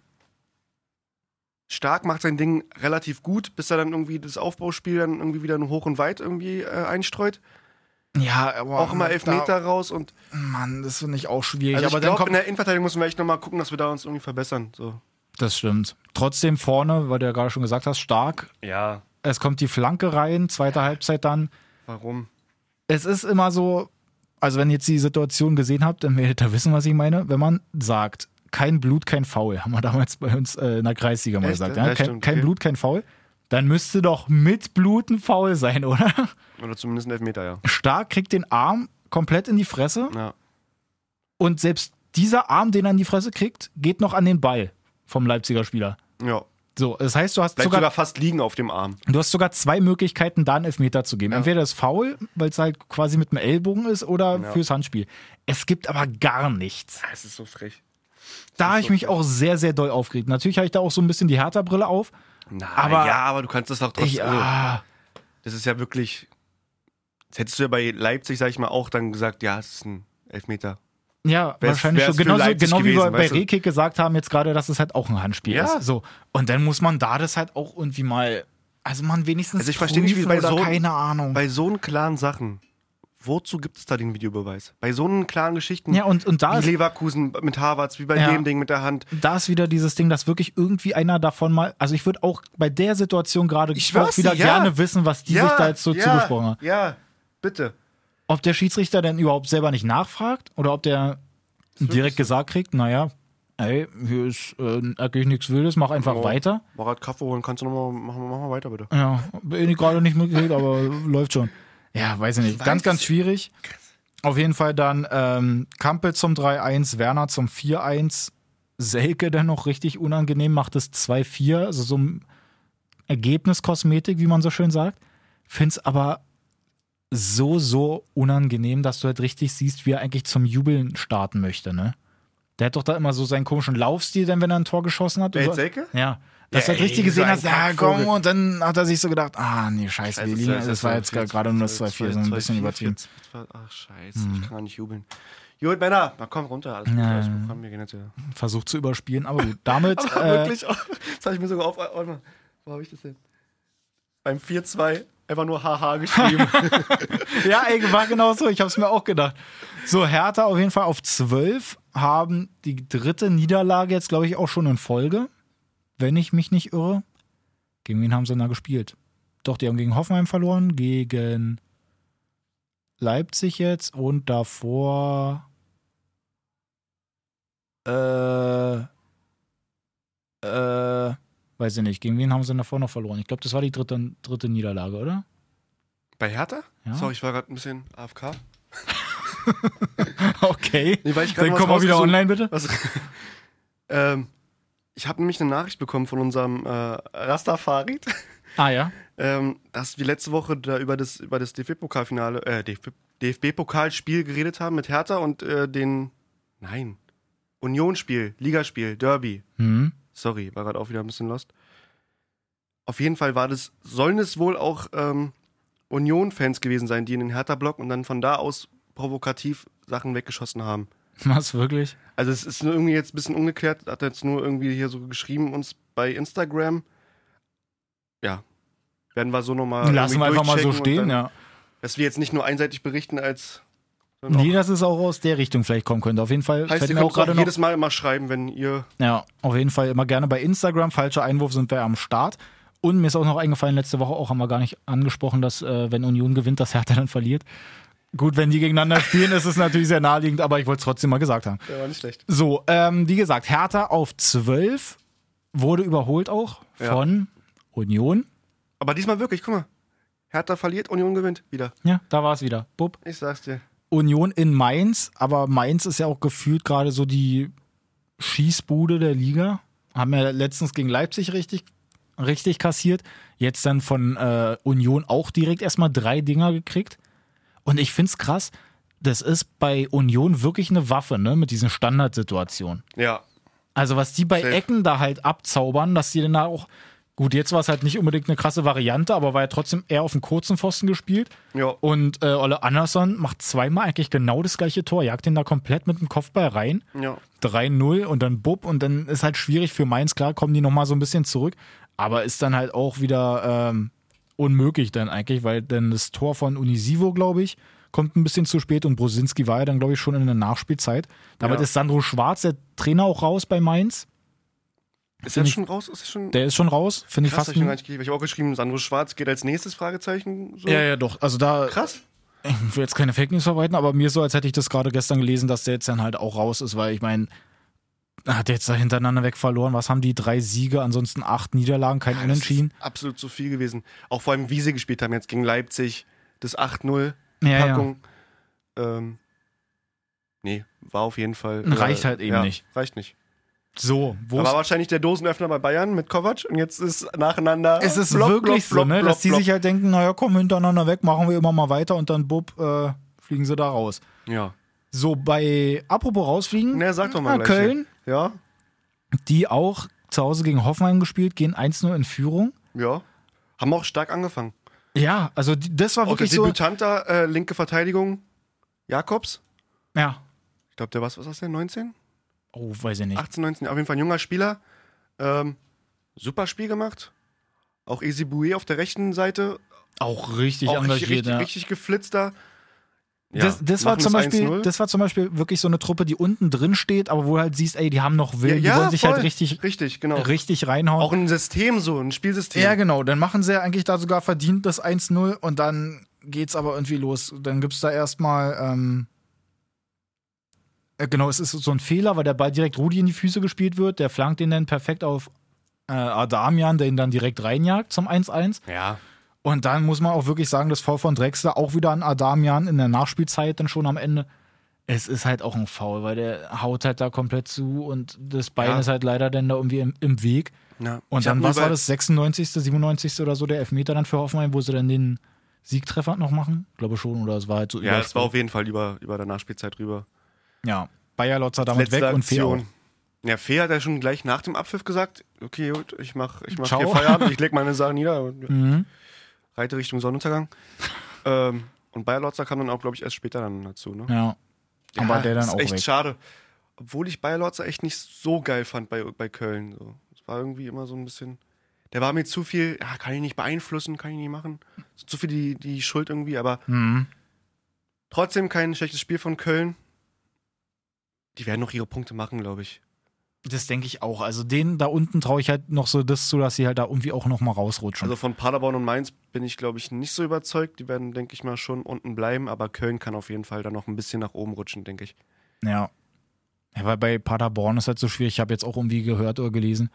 Stark macht sein Ding relativ gut, bis er dann irgendwie das Aufbauspiel dann irgendwie wieder nur hoch und weit irgendwie äh, einstreut.
ja, aber
Auch immer Elfmeter raus und
Da, Mann, das finde ich auch schwierig.
Also
aber
ich
dann
glaube,
kommt
in der Innenverteidigung müssen wir echt nochmal gucken, dass wir da uns irgendwie verbessern. So.
Das stimmt. Trotzdem vorne, weil du ja gerade schon gesagt hast, stark.
Ja.
Es kommt die Flanke rein, zweite Halbzeit dann.
Warum?
Es ist immer so, also wenn ihr jetzt die Situation gesehen habt, dann werdet ihr wissen, was ich meine. Wenn man sagt, kein Blut, kein Foul, haben wir damals bei uns äh, in der Kreisliga mal
Echt?
gesagt.
Ja,
Ja, kein,
stimmt,
kein
okay.
Blut, kein Foul. Dann müsste doch mit Bluten faul sein, oder?
Oder zumindest ein Elfmeter, ja.
Stark kriegt den Arm komplett in die Fresse
ja.
und selbst dieser Arm, den er in die Fresse kriegt, geht noch an den Ball vom Leipziger Spieler.
Ja.
So, das heißt, du hast
Bleibt sogar,
sogar
fast liegen auf dem Arm.
Du hast sogar zwei Möglichkeiten, da einen Elfmeter zu geben. Entweder das Foul, weil es halt quasi mit dem Ellbogen ist, oder
Ja.
fürs Handspiel. Es gibt aber gar nichts.
Es ist so frech.
Da habe ich mich auch sehr, sehr doll aufgeregt. Natürlich habe ich da auch so ein bisschen die Hertha-Brille auf.
Na,
Aber-
ja, aber du kannst das doch trotzdem.
Ich,
also,
ah,
das ist ja wirklich. Das hättest du ja bei Leipzig, sag ich mal, auch dann gesagt, ja, es ist ein Elfmeter.
ja,
Wär's-
wahrscheinlich
wär's
schon.
für
Genauso,
Leipzig
genau wie
gewesen,
wir bei
weißt du?
Rekik gesagt haben, jetzt gerade, dass es halt auch ein Handspiel
Ja.
ist. So. Und dann muss man da das halt auch irgendwie mal. Also man wenigstens
Also ich verstehe nicht, wie
prüfen
bei
oder
so-
keine Ahnung.
Bei so einen klaren Sachen, wozu gibt es da den Videobeweis? Bei so einen klaren Geschichten,
ja, und, und da ist
wie Leverkusen mit Harvards, wie bei
Ja.
dem Ding mit der Hand.
da ist wieder dieses Ding, dass wirklich irgendwie einer davon mal, also ich würde auch bei der Situation gerade
Ich
auch
weiß
wieder
nicht, ja.
gerne wissen, was die sich da jetzt so
ja,
zugesprochen haben.
Ja, bitte.
Ob der Schiedsrichter denn überhaupt selber nicht nachfragt oder ob der direkt gesagt kriegt, naja, ey, hier ist äh, eigentlich nichts Wildes, mach einfach
Ja.
weiter.
Mach halt Kaffee holen, kannst du nochmal, mach, mach mal weiter bitte.
Ja, bin ich gerade nicht mitgekriegt, aber läuft schon. Ja, weiß ich nicht.
weiß
ganz, ganz
es.
schwierig. Auf jeden Fall dann ähm, Kampel zum 3-1, Werner zum 4-1, Selke dann noch richtig unangenehm, macht es 2-4, also so ein Ergebniskosmetik, wie man so schön sagt. Find's aber so, so unangenehm, dass du halt richtig siehst, wie er eigentlich zum Jubeln starten möchte, ne? Der hat doch da immer so seinen komischen Laufstil, denn wenn er ein Tor geschossen hat.
Wer
über-
jetzt Selke?
ja. Dass
Ja,
du das richtig
ey,
gesehen
so ein
hast, ja komm,
Kackvogel.
und dann hat er sich so gedacht, ah nee, scheiße, wir liegen,
Also, ist
das war jetzt gerade nur das 2-4, so ein bisschen übertrieben. Mhm.
Ach, scheiße, ich kann gar nicht jubeln. Gut, Männer, mal komm runter. Alles gut,
Ja.
alles gut, komm, wir gehen jetzt wieder.
Versucht zu überspielen, aber gut, damit
Aber
äh,
wirklich, das habe ich mir sogar auf. oh, Warte mal, wo habe ich das denn? Beim 4-2 einfach nur HH geschrieben.
Ja, ey, war genau so. Ich hab's mir auch gedacht. So, Hertha auf jeden Fall auf 12 haben die dritte Niederlage jetzt, glaube ich, auch schon in Folge. Wenn ich mich nicht irre. Gegen wen haben sie denn da gespielt? Doch, die haben gegen Hoffenheim verloren, gegen Leipzig jetzt und davor. Äh. Äh. Weiß ich nicht. Gegen wen haben sie denn davor noch verloren? Ich glaube, das war die dritte, dritte Niederlage, oder?
Bei Hertha?
Ja.
Sorry, ich war gerade ein bisschen AFK.
Okay.
Nee, weil ich gerade
Dann
was
komm mal wieder
rausgesucht-
online, bitte.
Was, ähm, ich habe nämlich eine Nachricht bekommen von unserem äh, Rastafarid,
Ah ja.
ähm, dass wir letzte Woche da über das, über das DFB-Pokalfinale, äh, DFB DFB-Pokalspiel geredet haben mit Hertha und äh, den, nein, Unionsspiel, Ligaspiel, Derby.
Hm.
Sorry, war gerade auch wieder ein bisschen lost. Auf jeden Fall war das, sollen es wohl auch ähm, Union-Fans gewesen sein, die in den Hertha-Block und dann von da aus provokativ Sachen weggeschossen haben.
Was wirklich?
Also es ist nur irgendwie jetzt ein bisschen ungeklärt, hat er jetzt nur irgendwie hier so geschrieben uns bei Instagram. Ja. Werden wir so nochmal.
Lassen wir
irgendwie
einfach mal so
durchchecken Äh, und
stehen,
dann,
ja.
Dass wir jetzt nicht nur einseitig berichten als. sondern
Nee, dass es auch aus der Richtung vielleicht kommen könnte. Auf jeden Fall
auch- heißt,
fällt
ihr
mir auch
könnt auch
gerade noch.
jedes Mal immer schreiben, wenn ihr.
Ja, auf jeden Fall immer gerne bei Instagram. Falscher Einwurf sind wir am Start. Und mir ist auch noch eingefallen, letzte Woche auch haben wir gar nicht angesprochen, dass äh, wenn Union gewinnt, dass Hertha dann verliert. Gut, wenn die gegeneinander spielen, ist es natürlich sehr naheliegend, aber ich wollte es trotzdem mal gesagt haben.
Der war nicht schlecht.
So, ähm, wie gesagt, Hertha auf 12 wurde überholt auch
Ja.
von Union.
Aber diesmal wirklich, guck mal. Hertha verliert, Union gewinnt. Wieder.
Ja, da war es wieder. Bub.
Ich sag's dir.
Union in Mainz, aber Mainz ist ja auch gefühlt gerade so die Schießbude der Liga. Haben ja letztens gegen Leipzig richtig, richtig kassiert. Jetzt dann von äh, Union auch direkt erstmal drei Dinger gekriegt. Und ich find's krass, das ist bei Union wirklich eine Waffe, ne, mit diesen Standardsituationen.
Ja.
Also was die bei
Safe.
Ecken da halt abzaubern, dass die dann da auch. Gut, jetzt war es halt nicht unbedingt eine krasse Variante, aber war ja trotzdem eher auf dem kurzen Pfosten gespielt.
Ja.
Und äh, Olle Anderson macht zweimal eigentlich genau das gleiche Tor, jagt den da komplett mit dem Kopfball rein.
Ja.
3-0 und dann bub und dann ist halt schwierig für Mainz. Klar kommen die nochmal so ein bisschen zurück, aber ist dann halt auch wieder ähm, unmöglich dann eigentlich, weil dann das Tor von Unisivo, glaube ich, kommt ein bisschen zu spät und Brosinski war ja dann, glaube ich, schon in der Nachspielzeit. Damit
Ja.
ist Sandro Schwarz, der Trainer, auch raus bei Mainz.
Ist
Find
jetzt
ich-
schon raus? Ist das schon.
Der ist schon raus, finde ich
Krass, hab
fast.
ich, noch gar nicht gekriegt. ich habe auch geschrieben, Sandro Schwarz geht als nächstes Fragezeichen. So.
ja, ja, doch. Also da,
Krass.
ich will jetzt keine Fake News verbreiten, aber mir so, als hätte ich das gerade gestern gelesen, dass der jetzt dann halt auch raus ist, weil ich meine, hat der jetzt da hintereinander weg verloren. Was haben die drei Siege, ansonsten acht Niederlagen, kein
Ja, das
Unentschieden?
ist Absolut zu viel gewesen. Auch vor allem, wie sie gespielt haben jetzt gegen Leipzig, das 8-0
Ja, ja.
Packung. Ähm, nee, war auf jeden Fall. äh,
Reicht halt eben nicht.
Reicht nicht.
So, wo
Aber
es,
wahrscheinlich der Dosenöffner bei Bayern mit Kovac und jetzt ist nacheinander.
es ist
Block,
wirklich
Block,
so,
Block,
ne,
Block,
dass die
Block.
sich halt denken, naja, komm, hintereinander weg, machen wir immer mal weiter und dann bupp, äh, fliegen sie da raus.
Ja.
So, bei, apropos rausfliegen,
Na, sag doch mal.
Ah,
gleich
Köln,
Hier. Ja,
die auch zu Hause gegen Hoffenheim gespielt, gehen 1-0 in Führung.
ja. Haben auch stark angefangen.
Ja, also die, das war
Auch der
wirklich so.
Debütant da, äh, linke Verteidigung, Jakobs.
Ja.
Ich glaube, der was, was ist der, 19?
Oh, weiß ich nicht.
18, 19, auf jeden Fall ein junger Spieler. Ähm, super Spiel gemacht. Auch Easy Boué auf der rechten Seite.
auch richtig
auch
engagiert,
richtig, richtig,
ja.
richtig geflitzt da. Ja,
Das, das, war
machen
zum
das
Beispiel,
1-0.
das war zum Beispiel wirklich so eine Truppe, die unten drin steht, aber wo du halt siehst, ey, die haben noch Willen, die wollen sich
voll.
halt richtig,
Richtig, genau.
richtig reinhauen.
Auch ein System so, ein Spielsystem.
ja, genau, dann machen sie ja eigentlich da sogar verdient das 1-0 und dann geht's aber irgendwie los. Dann gibt's da erstmal ähm, äh, genau, es ist so ein Fehler, weil der Ball direkt Rudi in die Füße gespielt wird. Der flankt ihn dann perfekt auf äh, Adamian, der ihn dann direkt reinjagt zum 1-1.
Ja.
Und dann muss man auch wirklich sagen, das Foul von Drexler auch wieder an Adamian in der Nachspielzeit dann schon am Ende. Es ist halt auch ein Foul, weil der haut halt da komplett zu und das Bein
Ja.
ist halt leider dann da irgendwie im, im Weg.
ja.
Und
Ich hab
dann,
nur
was war
bei-
das, 96., 97. oder so, der Elfmeter dann für Hoffenheim, wo sie dann den Siegtreffer noch machen? glaube schon, oder es war halt so
Ja, es war
überspielt.
auf jeden Fall über, über der Nachspielzeit rüber.
Ja, Bayer Lotzer damit weg und Fee auch.
Ja, Fee hat ja schon gleich nach dem Abpfiff gesagt, okay, gut, ich mach, ich mach
Ciao.
hier Feierabend, ich leg meine Sachen nieder und
Mhm.
reite Richtung Sonnenuntergang. ähm, und Bayer Lotzer kam dann auch, glaube ich, erst später dann dazu. Ne?
Ja. Aber der dann
ist
auch
echt
weg.
schade. Obwohl ich Bayer Lotzer echt nicht so geil fand bei, bei Köln. So. Es war irgendwie immer so ein bisschen. Der war mir zu viel, ja, kann ich nicht beeinflussen, kann ich nicht machen. Zu viel die, die Schuld irgendwie, aber
Mhm.
trotzdem kein schlechtes Spiel von Köln. Die werden noch ihre Punkte machen, glaube ich.
Das denke ich auch. Also denen da unten traue ich halt noch so das zu, dass sie halt da irgendwie auch noch mal rausrutschen.
Also von Paderborn und Mainz bin ich, glaube ich, nicht so überzeugt. Die werden, denke ich mal, schon unten bleiben, aber Köln kann auf jeden Fall da noch ein bisschen nach oben rutschen, denke ich.
Ja. ja. Weil bei Paderborn ist halt so schwierig. Ich habe jetzt auch irgendwie gehört oder gelesen,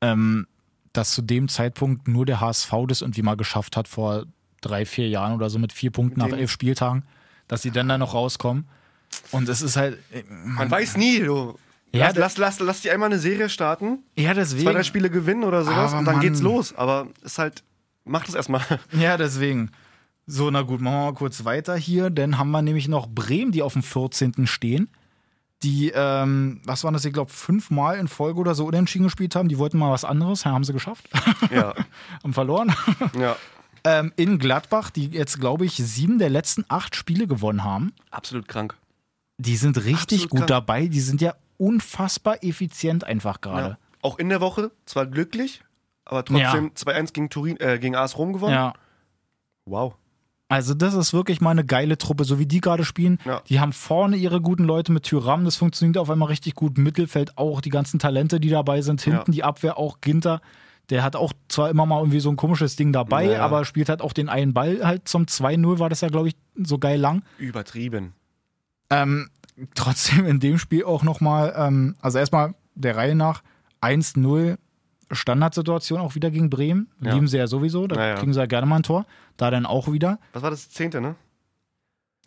ähm, dass zu dem Zeitpunkt nur der HSV das irgendwie mal geschafft hat vor drei, vier Jahren oder so mit vier Punkten
Mit
nach
denen-
elf Spieltagen, dass sie dann da noch rauskommen. Und es ist halt. äh,
Man weiß nie, du.
Ja,
lass,
da-
lass, lass, lass die einmal eine Serie starten,
Ja,
zwei,
deswegen.
drei Spiele gewinnen oder sowas
Aber
und dann
Mann.
geht's los. Aber ist halt, mach das erstmal.
Ja, deswegen. So, na gut, machen wir mal kurz weiter hier. Dann haben wir nämlich noch Bremen, die auf dem 14. stehen. Die, ähm, was waren das, ich glaube, fünfmal in Folge oder so unentschieden gespielt haben. Die wollten mal was anderes, ja, haben sie geschafft,
ja,
haben verloren.
ja.
ähm, in Gladbach, die jetzt, glaube ich, sieben der letzten acht Spiele gewonnen haben.
Absolut krank.
Die sind richtig
Absolut
gut
krank.
dabei. Die sind ja unfassbar effizient einfach gerade.
Ja. Auch in der Woche, zwar glücklich, aber trotzdem 2-1 gegen Turin, äh, gegen AS Rom gewonnen.
ja.
Wow.
Also, das ist wirklich mal eine geile Truppe, so wie die gerade spielen.
Ja.
Die haben vorne ihre guten Leute mit Tyram, das funktioniert auf einmal richtig gut. Mittelfeld auch, die ganzen Talente, die dabei sind. Hinten
Ja.
die Abwehr auch, Ginter. Der hat auch zwar immer mal irgendwie so ein komisches Ding dabei,
Ja.
aber spielt halt auch den einen Ball halt zum 2-0, war das ja, glaube ich, so geil lang.
Übertrieben.
Ähm, trotzdem in dem Spiel auch nochmal, ähm, also erstmal der Reihe nach 1-0 Standardsituation auch wieder gegen Bremen.
Ja.
Lieben sie ja sowieso, da
Na ja.
kriegen sie ja gerne mal ein Tor. Da dann auch wieder.
Was war das zehnte, ne?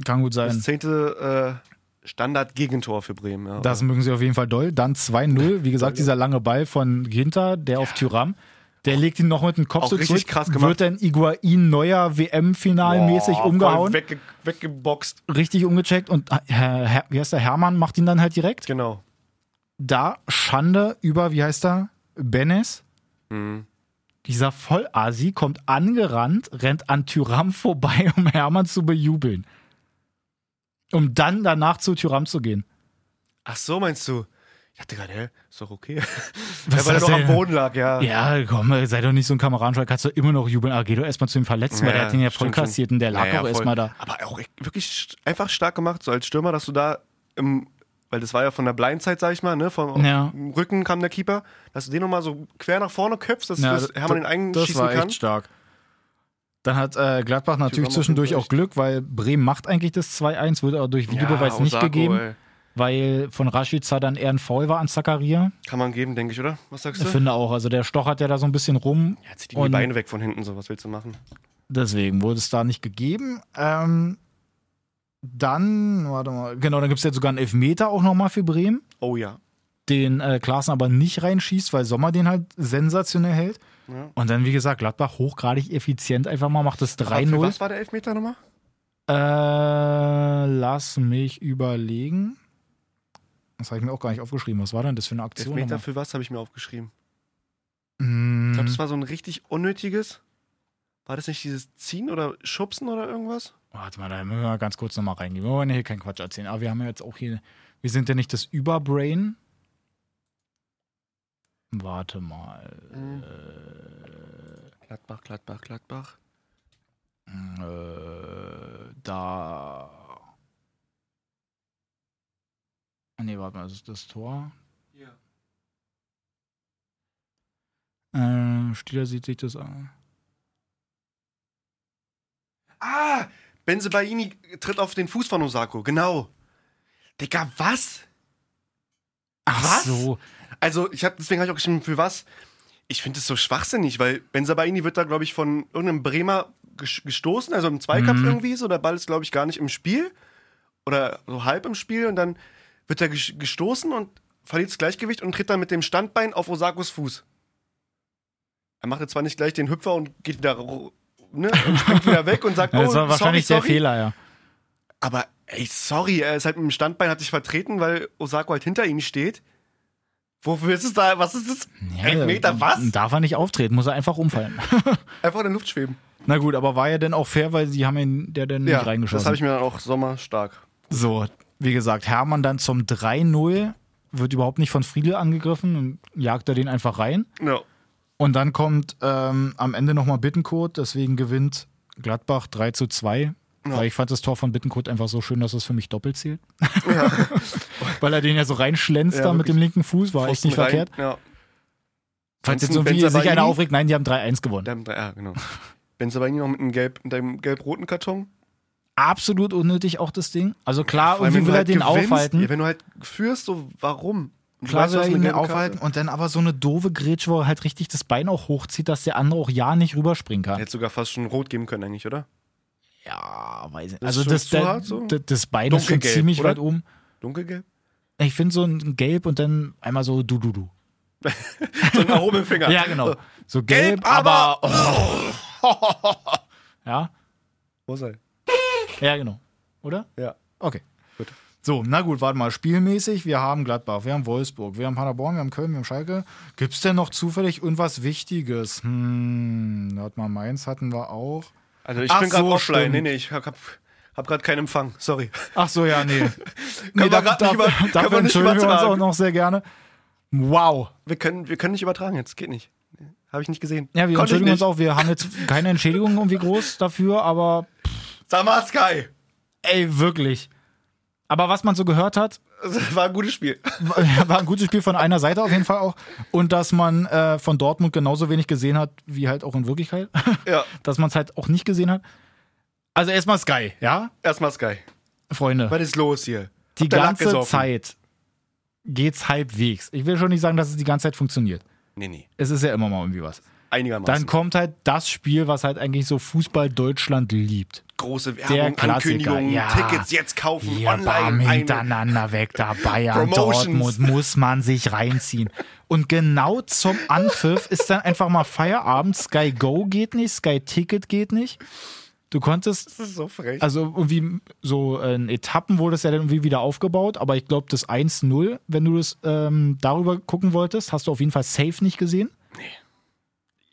Kann gut sein.
Das zehnte äh, Standard-Gegentor für Bremen. Ja.
Das mögen sie auf jeden Fall doll. Dann 2-0. Wie gesagt, dieser lange Ball von Ginter, der auf Tyram. Der legt ihn noch mit dem Kopf
Auch
so
richtig
zurück.
krass gemacht.
Wird dann Iguain neuer WM-Finalmäßig
Boah,
umgehauen.
Oh, voll Wegge weggeboxt.
Richtig umgecheckt. Und äh, Herr, Herr- wie heißt der Hermann? Macht ihn dann halt direkt.
Genau.
Da Schande über, wie heißt er? Benes.
Mhm.
Dieser Vollasi kommt angerannt, rennt an Tyram vorbei, um Hermann zu bejubeln. Um dann danach zu Tyram zu gehen.
Ach so, meinst du? Ich dachte gerade, hä, ist doch okay. ja,
Was
weil er
ist das
doch am
denn?
Boden lag, ja.
Ja, komm, sei doch nicht so ein Kameradenschlag, kannst du immer noch jubeln. Ah, geh doch erstmal zu dem Verletzten, weil der hat ihn ja voll
stimmt
kassiert
schon.
und der lag
Ja, ja,
auch
voll.
erstmal da.
Aber auch echt wirklich st- einfach stark gemacht, so als Stürmer, dass du da im, weil das war ja von der Blindzeit, sag ich mal, ne, vom
Ja.
im Rücken kam der Keeper, dass du den nochmal so quer nach vorne köpfst, dass,
Ja,
das Hermann den einen
das
schießen
war
kann.
echt stark. Dann hat äh, Gladbach natürlich
Tyram
zwischendurch
auf
auch
Unrecht.
Glück, weil Bremen macht eigentlich das 2-1, wird aber durch Videobeweis nicht
Osako,
gegeben,
ey.
weil von Rashica dann eher ein Foul war an Zakaria.
Kann man geben, denke ich, oder? Was sagst
Ich
du?
finde auch, also der stochert ja da so ein bisschen rum.
Ja, zieht ihm die
und
Beine weg von hinten, so was willst du machen?
Deswegen wurde es da nicht gegeben. Ähm, dann, warte mal, genau, dann gibt es ja sogar einen Elfmeter auch nochmal für Bremen.
Oh ja.
den äh, Klaassen aber nicht reinschießt, weil Sommer den halt sensationell hält.
Ja.
Und dann, wie gesagt, Gladbach hochgradig effizient einfach mal macht das
Für
3-0.
Was war der Elfmeter nochmal?
Äh, lass mich überlegen. Das habe ich mir auch gar nicht aufgeschrieben. Was war denn das für eine Aktion?
Elfmeter
nochmal?
für was habe ich mir aufgeschrieben?
Mm,
Ich glaube, das war so ein richtig unnötiges. War das nicht dieses Ziehen oder Schubsen oder irgendwas?
Warte mal, da müssen wir ganz kurz nochmal reingehen. Wir wollen ja hier keinen Quatsch erzählen. Aber wir haben ja jetzt auch hier. Wir sind ja nicht das Überbrain. Warte mal.
Äh, Gladbach, Gladbach, Gladbach.
Äh, da. Nee, warte mal, das ist das Tor. Äh, Stieler sieht sich das an.
Ah! Benzebaini tritt auf den Fuß von Osako, genau. Digga, was?
Ach
Was?
so.
Also, ich hab, deswegen habe ich auch geschrieben, für was. Ich finde es so schwachsinnig, weil Ben Sabaini wird da, glaube ich, von irgendeinem Bremer ges- gestoßen, also im Zweikampf
Mhm.
irgendwie so. Der Ball ist, glaube ich, gar nicht im Spiel oder so halb im Spiel und dann wird er ges- gestoßen und verliert das Gleichgewicht und tritt dann mit dem Standbein auf Osakos Fuß. Er macht jetzt zwar nicht gleich den Hüpfer und geht wieder, ro- ne, und springt wieder weg und sagt,
Ja,
oh,
das war wahrscheinlich
sorry,
der
sorry.
Fehler, ja.
Aber ey, sorry, er ist halt mit dem Standbein, hat sich vertreten, weil Osako halt hinter ihm steht. Wofür ist es da? Was ist das?
ja
Elfmeter, was?
Darf er nicht auftreten, muss er einfach umfallen.
Einfach in der Luft schweben.
Na gut, aber war ja dann auch fair, weil sie haben ihn der dann
Ja,
nicht
das
reingeschossen.
habe ich mir dann auch Sommer stark.
So, wie gesagt, Hermann dann zum 3-0, wird überhaupt nicht von Friedel angegriffen und jagt er den einfach rein.
No.
Und dann kommt ähm, am Ende nochmal Bittenkot, deswegen gewinnt Gladbach 3 zu 2. Weil ich fand das Tor von Bittenkot einfach so schön, dass es für mich doppelt zählt. Weil er den ja so reinschlänzt
Ja,
da mit dem linken Fuß, war echt nicht
Pfosten rein.
verkehrt.
Ja,
Falls jetzt
Ansonsten
irgendwie
Benzer
sich einer
Baini.
aufregt, nein, die haben 3-1 gewonnen.
der, der, ja genau. Wenn aber noch mit einem gelb, mit einem gelb-roten Karton.
Absolut unnötig auch das Ding. Also klar,
Vor allem, wenn
irgendwie
du
will er
halt
den
gewinnst,
aufhalten.
Ja, wenn du halt führst, so warum? Du
Klar
weißt,
will
du hast
er
eine
ihn
gelbe Karte.
aufhalten und dann aber so eine doofe Grätsche, wo er halt richtig das Bein auch hochzieht, dass der andere auch ja nicht rüberspringen kann.
Hätte sogar fast schon rot geben können, eigentlich, oder?
Ja, weiß ich nicht.
Das ist
Also
schon
das,
zu
der-
hart so?
d- das Bein ist schon
Dunkelgelb,
ziemlich
oder?
weit oben.
Dunkelgelb?
Ich finde so ein Gelb und dann einmal so du du du.
So ein Aromenfinger.
Ja, genau. So gelb,
Gelb,
aber.
aber- oh.
ja,
Wo sei?
ja, genau. Oder?
Ja.
Okay.
Gut.
So, na gut, warte mal. Spielmäßig, wir haben Gladbach, wir haben Wolfsburg, wir haben Paderborn, wir haben Köln, wir haben Schalke. Gibt es denn noch zufällig irgendwas Wichtiges? Hm, warte mal, Mainz hatten wir auch.
Also ich
Ach
bin gerade
so,
offline.
stimmt.
Nee, nee, ich hab, hab, hab gerade keinen Empfang. Sorry.
Ach so, ja, nee. nee
wir grad nicht über-
dafür-
können wir
dafür
nicht
entschuldigen wir uns
übertragen.
auch noch sehr gerne. Wow.
Wir können, wir können nicht übertragen jetzt. Geht nicht. Habe ich nicht gesehen.
Ja,
Konnte
wir
ich
entschuldigen uns
nicht.
auch. Wir haben jetzt keine Entschädigung irgendwie groß dafür, aber
Sag mal, Sky.
ey, wirklich. Aber was man so gehört hat,
Also, Das war ein gutes Spiel.
war war ein gutes Spiel von einer Seite auf jeden Fall auch. Und dass man äh, von Dortmund genauso wenig gesehen hat, wie halt auch in Wirklichkeit.
Ja,
dass man es halt auch nicht gesehen hat. Also erstmal Sky, ja,
erstmal Sky.
Freunde.
Was ist los hier?
Die
Habt ihr Lack
ganze
gesoffen?
Zeit geht's halbwegs. Ich will schon nicht sagen, dass es die ganze Zeit funktioniert.
Nee, nee.
Es ist ja immer mal irgendwie was. Dann
Einigermaßen.
kommt halt das Spiel, was halt eigentlich so Fußball Deutschland liebt.
Große
der
Werbung,
Klassiker,
Ankündigungen,
ja.
Tickets jetzt kaufen,
Hier, bam,
online. Ein,
hintereinander weg, da Bayern,
Promotions.
Dortmund, muss man sich reinziehen. Und genau zum Anpfiff ist dann einfach mal Feierabend. Sky Go geht nicht, Sky Ticket geht nicht. Du konntest,
das ist so frech.
also irgendwie so äh, in Etappen wurde es ja dann irgendwie wieder aufgebaut, aber ich glaube, das 1-0, wenn du das ähm, darüber gucken wolltest, hast du auf jeden Fall safe nicht gesehen.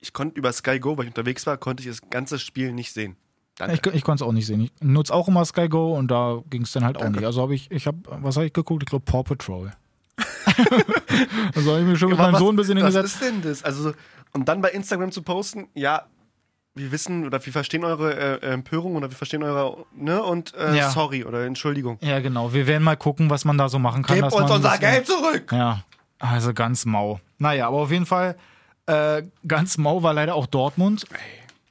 ich konnte über Sky Go, weil ich unterwegs war, konnte ich das ganze Spiel nicht sehen. Danke.
Ich, ich konnte es auch nicht sehen. Ich nutze auch immer Sky Go und da ging es dann halt auch
Danke.
nicht. Also habe ich, ich habe, was habe ich geguckt? Ich glaube Paw Patrol. also habe ich mich schon mit
Aber
meinem
was-
Sohn ein bisschen
Was ist
hingesetzt.
denn das? Also, und dann bei Instagram zu posten, ja, wir wissen oder wir verstehen eure äh, Empörung oder wir verstehen eure, ne, und äh,
Ja.
sorry oder Entschuldigung.
Ja, genau. Wir werden mal gucken, was man da so machen kann.
Gebt
dass
uns
man
unser
das-
Geld zurück!
Ja, also ganz mau. Naja, aber auf jeden Fall, äh, ganz mau war leider auch Dortmund.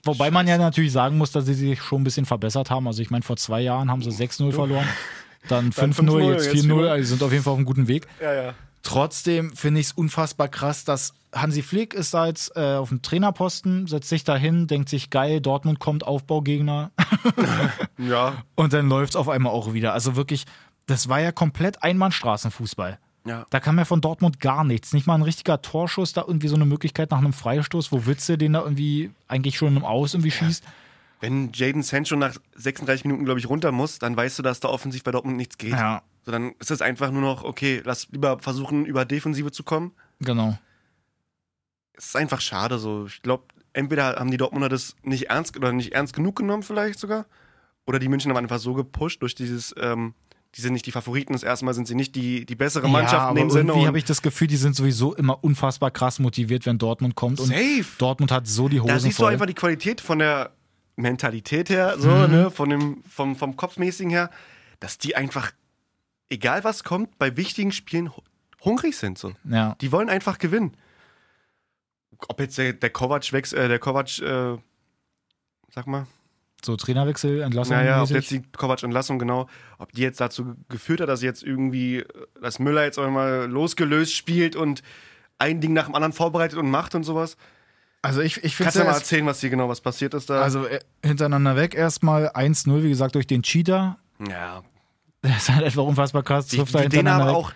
Wobei man ja natürlich sagen muss, dass sie sich schon ein bisschen verbessert haben. Also ich meine, vor zwei Jahren haben sie 6-0 verloren, dann 5-0,
5-0,
jetzt
jetzt
4-0.
4-0.
Also sie sind auf jeden Fall auf einem guten Weg.
Ja, ja.
Trotzdem finde ich es unfassbar krass, dass Hansi Flick ist da jetzt äh, auf dem Trainerposten, setzt sich dahin, denkt sich geil, Dortmund kommt Aufbaugegner
Ja.
und dann läuft es auf einmal auch wieder. Also wirklich, das war ja komplett Einbahnstraßenfußball.
Ja.
Da kam ja von Dortmund gar nichts. Nicht mal ein richtiger Torschuss, da irgendwie so eine Möglichkeit nach einem Freistoß, wo Witze den da irgendwie eigentlich schon im Aus irgendwie schießt.
Wenn Jaden Sancho nach 36 Minuten, glaube ich, runter muss, dann weißt du, dass da offensiv bei Dortmund nichts geht.
Ja,
So, dann ist es einfach nur noch, okay, lass lieber versuchen, über Defensive zu kommen.
genau.
Es ist einfach schade so. Ich glaube, entweder haben die Dortmunder das nicht ernst oder nicht ernst genug genommen, vielleicht sogar. Oder die München haben einfach so gepusht durch dieses, ähm, die sind nicht die Favoriten, das erste Mal sind sie nicht die, die bessere Mannschaft
ja,
in
aber
dem Sinne.
irgendwie
und-
habe ich das Gefühl, die sind sowieso immer unfassbar krass motiviert, wenn Dortmund kommt. Und
Safe!
Dortmund hat so die Hosen
Da siehst du
voll. Mhm.
einfach die Qualität von der Mentalität her, so, ne, von dem, vom, vom Kopfmäßigen her, dass die einfach, egal was kommt, bei wichtigen Spielen hu- hungrig sind. So.
ja.
Die wollen einfach gewinnen. Ob jetzt der, der Kovac wächst, äh, der Kovac, äh, sag mal,
So Trainerwechsel, Entlassung.
Naja, ob jetzt
mäßig.
die Kovac-Entlassung, genau, ob die jetzt dazu geführt hat, dass jetzt irgendwie, äh, dass Müller jetzt einmal losgelöst spielt und ein Ding nach dem anderen vorbereitet und macht und sowas.
also ich, ich finde
Kannst du ja mal erzählen, was hier genau was passiert ist da?
also äh, hintereinander weg erstmal 1-0, wie gesagt, durch den Cheater.
ja,
Das ist halt einfach unfassbar krass.
die,
Trifft da
wie den
hintereinander
aber
weg.
auch.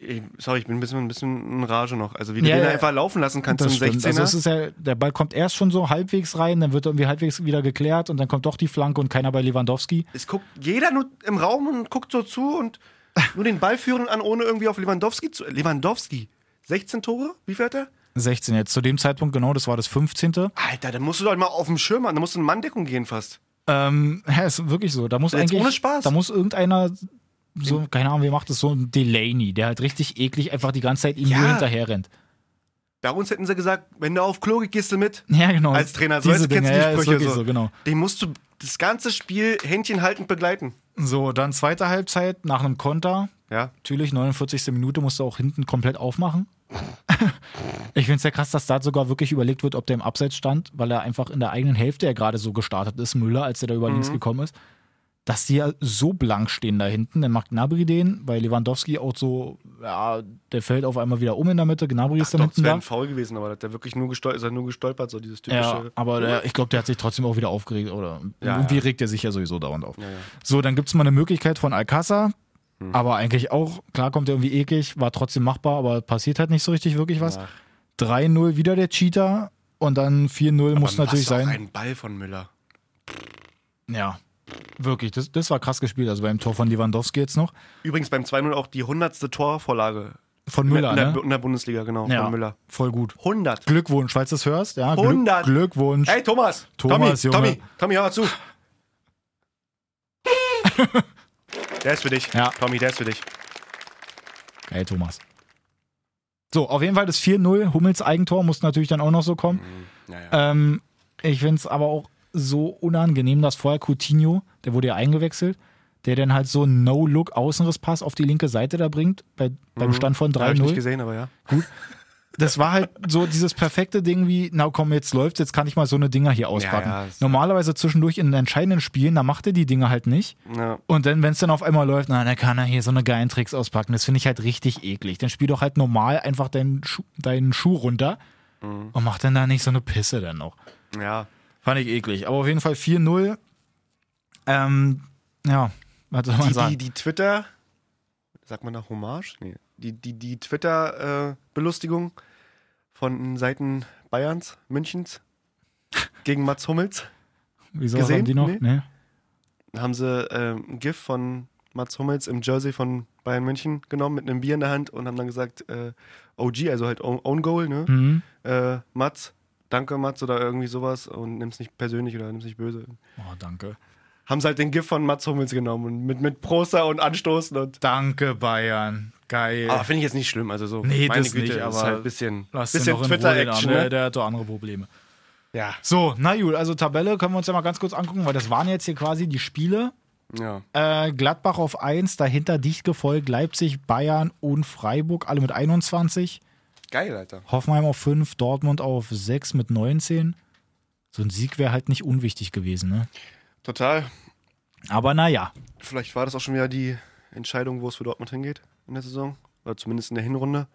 Ey, Sorry, ich bin ein bisschen, ein bisschen in Rage noch. Also, wie du
Ja,
den
ja.
einfach laufen lassen kannst
Das
zum
stimmt.
16er.
Also es ist ja, der Ball kommt erst schon so halbwegs rein, dann wird irgendwie halbwegs wieder geklärt und dann kommt doch die Flanke und keiner bei Lewandowski.
es guckt jeder nur im Raum und guckt so zu und nur den Ball führen an, ohne irgendwie auf Lewandowski zu. Lewandowski, 16 Tore? Wie viel hat er?
16 jetzt. Zu dem Zeitpunkt, genau, das war das 15.
Alter, dann musst du doch mal auf den Schirm an, dann musst du in Manndeckung gehen fast.
Ähm, ja, ist wirklich so. Da muss
Jetzt
eigentlich.
ohne Spaß.
Da muss irgendeiner, so, keine Ahnung, wer macht das, so ein Delaney, der halt richtig eklig einfach die ganze Zeit ihm
Ja.
nur hinterher rennt.
Bei uns hätten sie gesagt, wenn du auf Klo gehst, gehst du mit.
Ja, genau.
Als Trainer, so
diese
heißt- kennst du
Dinge,
die
ja, ist
Sprüche
wirklich
so.
so. genau.
Den musst du das ganze Spiel händchenhaltend begleiten.
So, dann zweite Halbzeit nach einem Konter.
Ja.
Natürlich, 49. Minute musst du auch hinten komplett aufmachen. ich finde es ja krass, dass da sogar wirklich überlegt wird, ob der im Abseits stand, weil er einfach in der eigenen Hälfte ja gerade so gestartet ist, Müller, als er da über links gekommen ist. Dass die ja so blank stehen da hinten. Dann macht Gnabry den, weil Lewandowski auch so, ja, der fällt auf einmal wieder um in der Mitte. Gnabry ist da
Doch,
hinten
das wäre
da.
ein Foul gewesen, aber der wirklich nur gestolpert, ist er nur gestolpert, so dieses typische.
Ja, aber der, ich glaube, der hat sich trotzdem auch wieder aufgeregt, oder?
Ja,
irgendwie
ja.
regt er sich ja sowieso dauernd auf.
ja. Hm.
So, dann gibt es mal eine Möglichkeit von Alcázar, aber eigentlich auch, klar kommt er irgendwie eklig, war trotzdem machbar, aber passiert halt nicht so richtig wirklich was.
Ja.
3-0 wieder der Cheater und dann 4-0 muss
Aber
natürlich
was auch
sein.
Ein Ball von Müller.
Ja, wirklich, das, das war krass gespielt, also beim Tor von Lewandowski jetzt noch.
Übrigens beim 2-0 auch die 100. Torvorlage.
Von
In der-
Müller,
in, der,
ne?
in der Bundesliga, genau.
Ja,
Von Müller.
voll gut.
100.
Glückwunsch, falls du es hörst, ja. Glück-
100.
Glückwunsch.
Hey, Thomas.
Thomas,
Tommy,
Junge.
Tommy, Tommy, hör mal zu. der ist für dich.
Ja.
Tommy, der ist für dich.
Hey Thomas. So, auf jeden Fall das 4-0. Hummels Eigentor muss natürlich dann auch noch so kommen.
Mhm.
Ähm, ich finde es aber auch so unangenehm, dass vorher Coutinho, der wurde ja eingewechselt, der dann halt so einen No-Look Außenrisspass auf die linke Seite da bringt, bei, beim Stand von
Habe Mhm. ich nicht
3-0.
gesehen, aber ja.
Das war halt so dieses perfekte Ding wie, na komm, jetzt läuft's, jetzt kann ich mal so eine Dinger hier auspacken.
ja, ist-
Normalerweise zwischendurch in entscheidenden Spielen, da macht er die Dinger halt nicht.
ja.
Und dann, wenn es dann auf einmal läuft, na, dann kann er hier so eine geilen Tricks auspacken. Das finde ich halt richtig eklig. Dann spiel doch halt normal einfach deinen, Schu deinen Schuh runter
Mhm.
und mach dann da nicht so eine Pisse dann noch.
Ja.
Fand ich eklig. Aber auf jeden Fall 4-0. Ähm, ja, was soll man
Die, die,
sagen?
die Twitter, sagt man da Hommage? Nee. Die, die, die Twitter-Belustigung von Seiten Bayerns, Münchens gegen Mats Hummels.
Wieso
gesehen?
haben die noch?
Nee.
Nee.
Da haben sie ähm, ein GIF von Mats Hummels im Jersey von Bayern München genommen mit einem Bier in der Hand und haben dann gesagt, äh, OG, also halt Own Own Goal, ne?
Mhm.
Äh, Mats, danke Mats oder irgendwie sowas und nimm's nicht persönlich oder nimm's nicht böse.
Oh, danke.
Haben sie halt den GIF von Mats Hummels genommen und mit, mit Prosa und Anstoßen und.
Danke, Bayern. Geil.
Aber finde ich jetzt nicht schlimm, also so.
Nee,
meine
das
Güte,
nicht,
ist
aber
halt ein bisschen,
Lass den
bisschen
noch in Ruhe, den
Twitter-Action,
Arm, der-
ne?
Der hat doch andere Probleme.
Ja.
So, na gut, also Tabelle können wir uns ja mal ganz kurz angucken, weil das waren jetzt hier quasi die Spiele.
ja.
Äh, Gladbach auf 1, dahinter dicht gefolgt Leipzig, Bayern und Freiburg, alle mit 21.
Geil, Alter.
Hoffenheim auf 5, Dortmund auf 6 mit 19. So ein Sieg wäre halt nicht unwichtig gewesen, ne?
Total.
Aber naja,
Vielleicht war das auch schon wieder die Entscheidung, wo es für Dortmund hingeht in der Saison. Oder zumindest in der Hinrunde.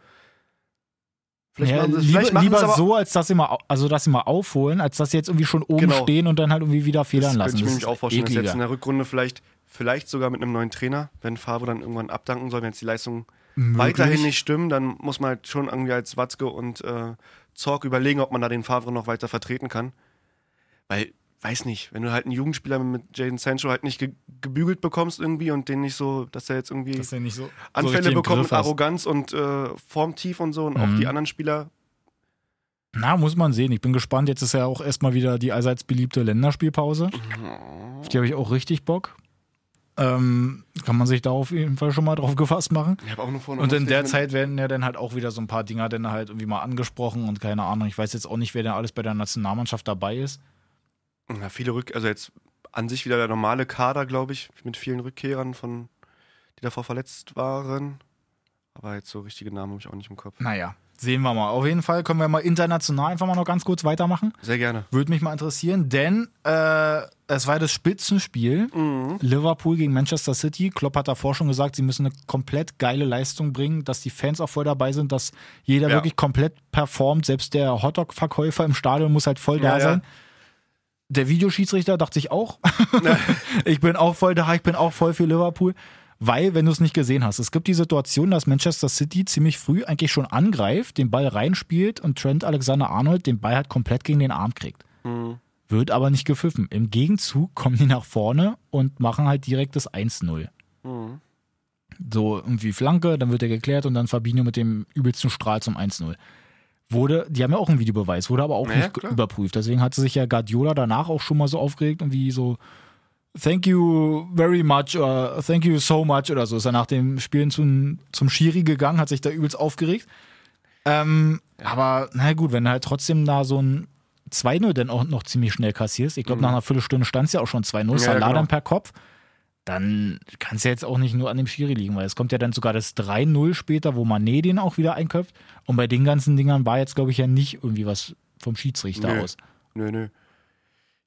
Vielleicht
ja,
machen sie-
lieber,
vielleicht machen sie
lieber
aber-
so, als dass sie mal, au- also dass sie mal aufholen, als dass sie jetzt irgendwie schon oben
Genau.
stehen und dann halt irgendwie wieder
das
federn lassen.
könnte ich mir
Das
nämlich
ist
auch vorstellen, dass
ekliger.
jetzt in der Rückrunde vielleicht, vielleicht sogar mit einem neuen Trainer, wenn Favre dann irgendwann abdanken soll, wenn jetzt die Leistung
Möglich.
ne, weiterhin nicht stimmen, dann muss man halt schon irgendwie als Watzke und äh, Zorg überlegen, ob man da den Favre noch weiter vertreten kann. Weil, weiß nicht, wenn du halt einen Jugendspieler mit Jaden Sancho halt nicht ge gebügelt bekommst irgendwie und den nicht so, dass er jetzt irgendwie
Dass der nicht so, so
Anfälle
richtig im
bekommt mit
Griff hast.
Arroganz und äh, Formtief und so und
Mhm.
auch die anderen Spieler.
Na, muss man sehen. Ich bin gespannt. Jetzt ist ja auch erstmal wieder die allseits beliebte Länderspielpause. Auf die habe ich auch richtig Bock. Ähm, kann man sich da auf jeden Fall schon mal drauf gefasst machen.
Ich habe auch nur vorhin
Und in
muss
der
ich mit-
Zeit werden ja dann halt auch wieder so ein paar Dinger dann halt irgendwie mal angesprochen und keine Ahnung. Ich weiß jetzt auch nicht, wer denn alles bei der Nationalmannschaft dabei ist.
Ja, viele Rück, also jetzt an sich wieder der normale Kader, glaube ich, mit vielen Rückkehrern von, die davor verletzt waren. Aber jetzt so richtige Namen habe ich auch nicht im Kopf.
Naja. Sehen wir mal. Auf jeden Fall können wir mal international einfach mal noch ganz kurz weitermachen.
Sehr gerne.
Würde mich mal interessieren, denn äh, es war das Spitzenspiel.
Mhm.
Liverpool gegen Manchester City. Klopp hat davor schon gesagt, sie müssen eine komplett geile Leistung bringen, dass die Fans auch voll dabei sind, dass jeder
Ja.
wirklich komplett performt. Selbst der Hotdog-Verkäufer im Stadion muss halt voll da
Ja, ja.
sein. Der Videoschiedsrichter dachte ich auch. ich bin auch voll da, ich bin auch voll für Liverpool. Weil, wenn du es nicht gesehen hast, es gibt die Situation, dass Manchester City ziemlich früh eigentlich schon angreift, den Ball reinspielt und Trent Alexander-Arnold den Ball halt komplett gegen den Arm kriegt. Wird aber nicht gepfiffen. Im Gegenzug kommen die nach vorne und machen halt direkt das 1-0.
Mhm.
So irgendwie Flanke, dann wird er geklärt und dann Fabinho mit dem übelsten Strahl zum 1-0. Wurde, die haben ja auch einen Videobeweis, wurde aber auch
Ja,
nicht
ja, klar.
überprüft. Deswegen hatte sich ja Guardiola danach auch schon mal so aufgeregt und wie so, thank you very much oder thank you so much oder so. Ist er nach dem Spielen zum, zum Schiri gegangen, hat sich da übelst aufgeregt. Ähm, Aber na gut, wenn du halt trotzdem da so ein 2-0 dann auch noch ziemlich schnell kassierst, ich glaube, nach einer Viertelstunde stand es ja auch schon 2-0,
Mhm. Ja,
Salah
genau.
dann per Kopf, dann kann es ja jetzt auch nicht nur an dem Schiri liegen, weil es kommt ja dann sogar das 3-0 später, wo Mané den auch wieder einköpft. Und bei den ganzen Dingern war jetzt, glaube ich, ja nicht irgendwie was vom Schiedsrichter
Nö.
aus.
Nö, nö.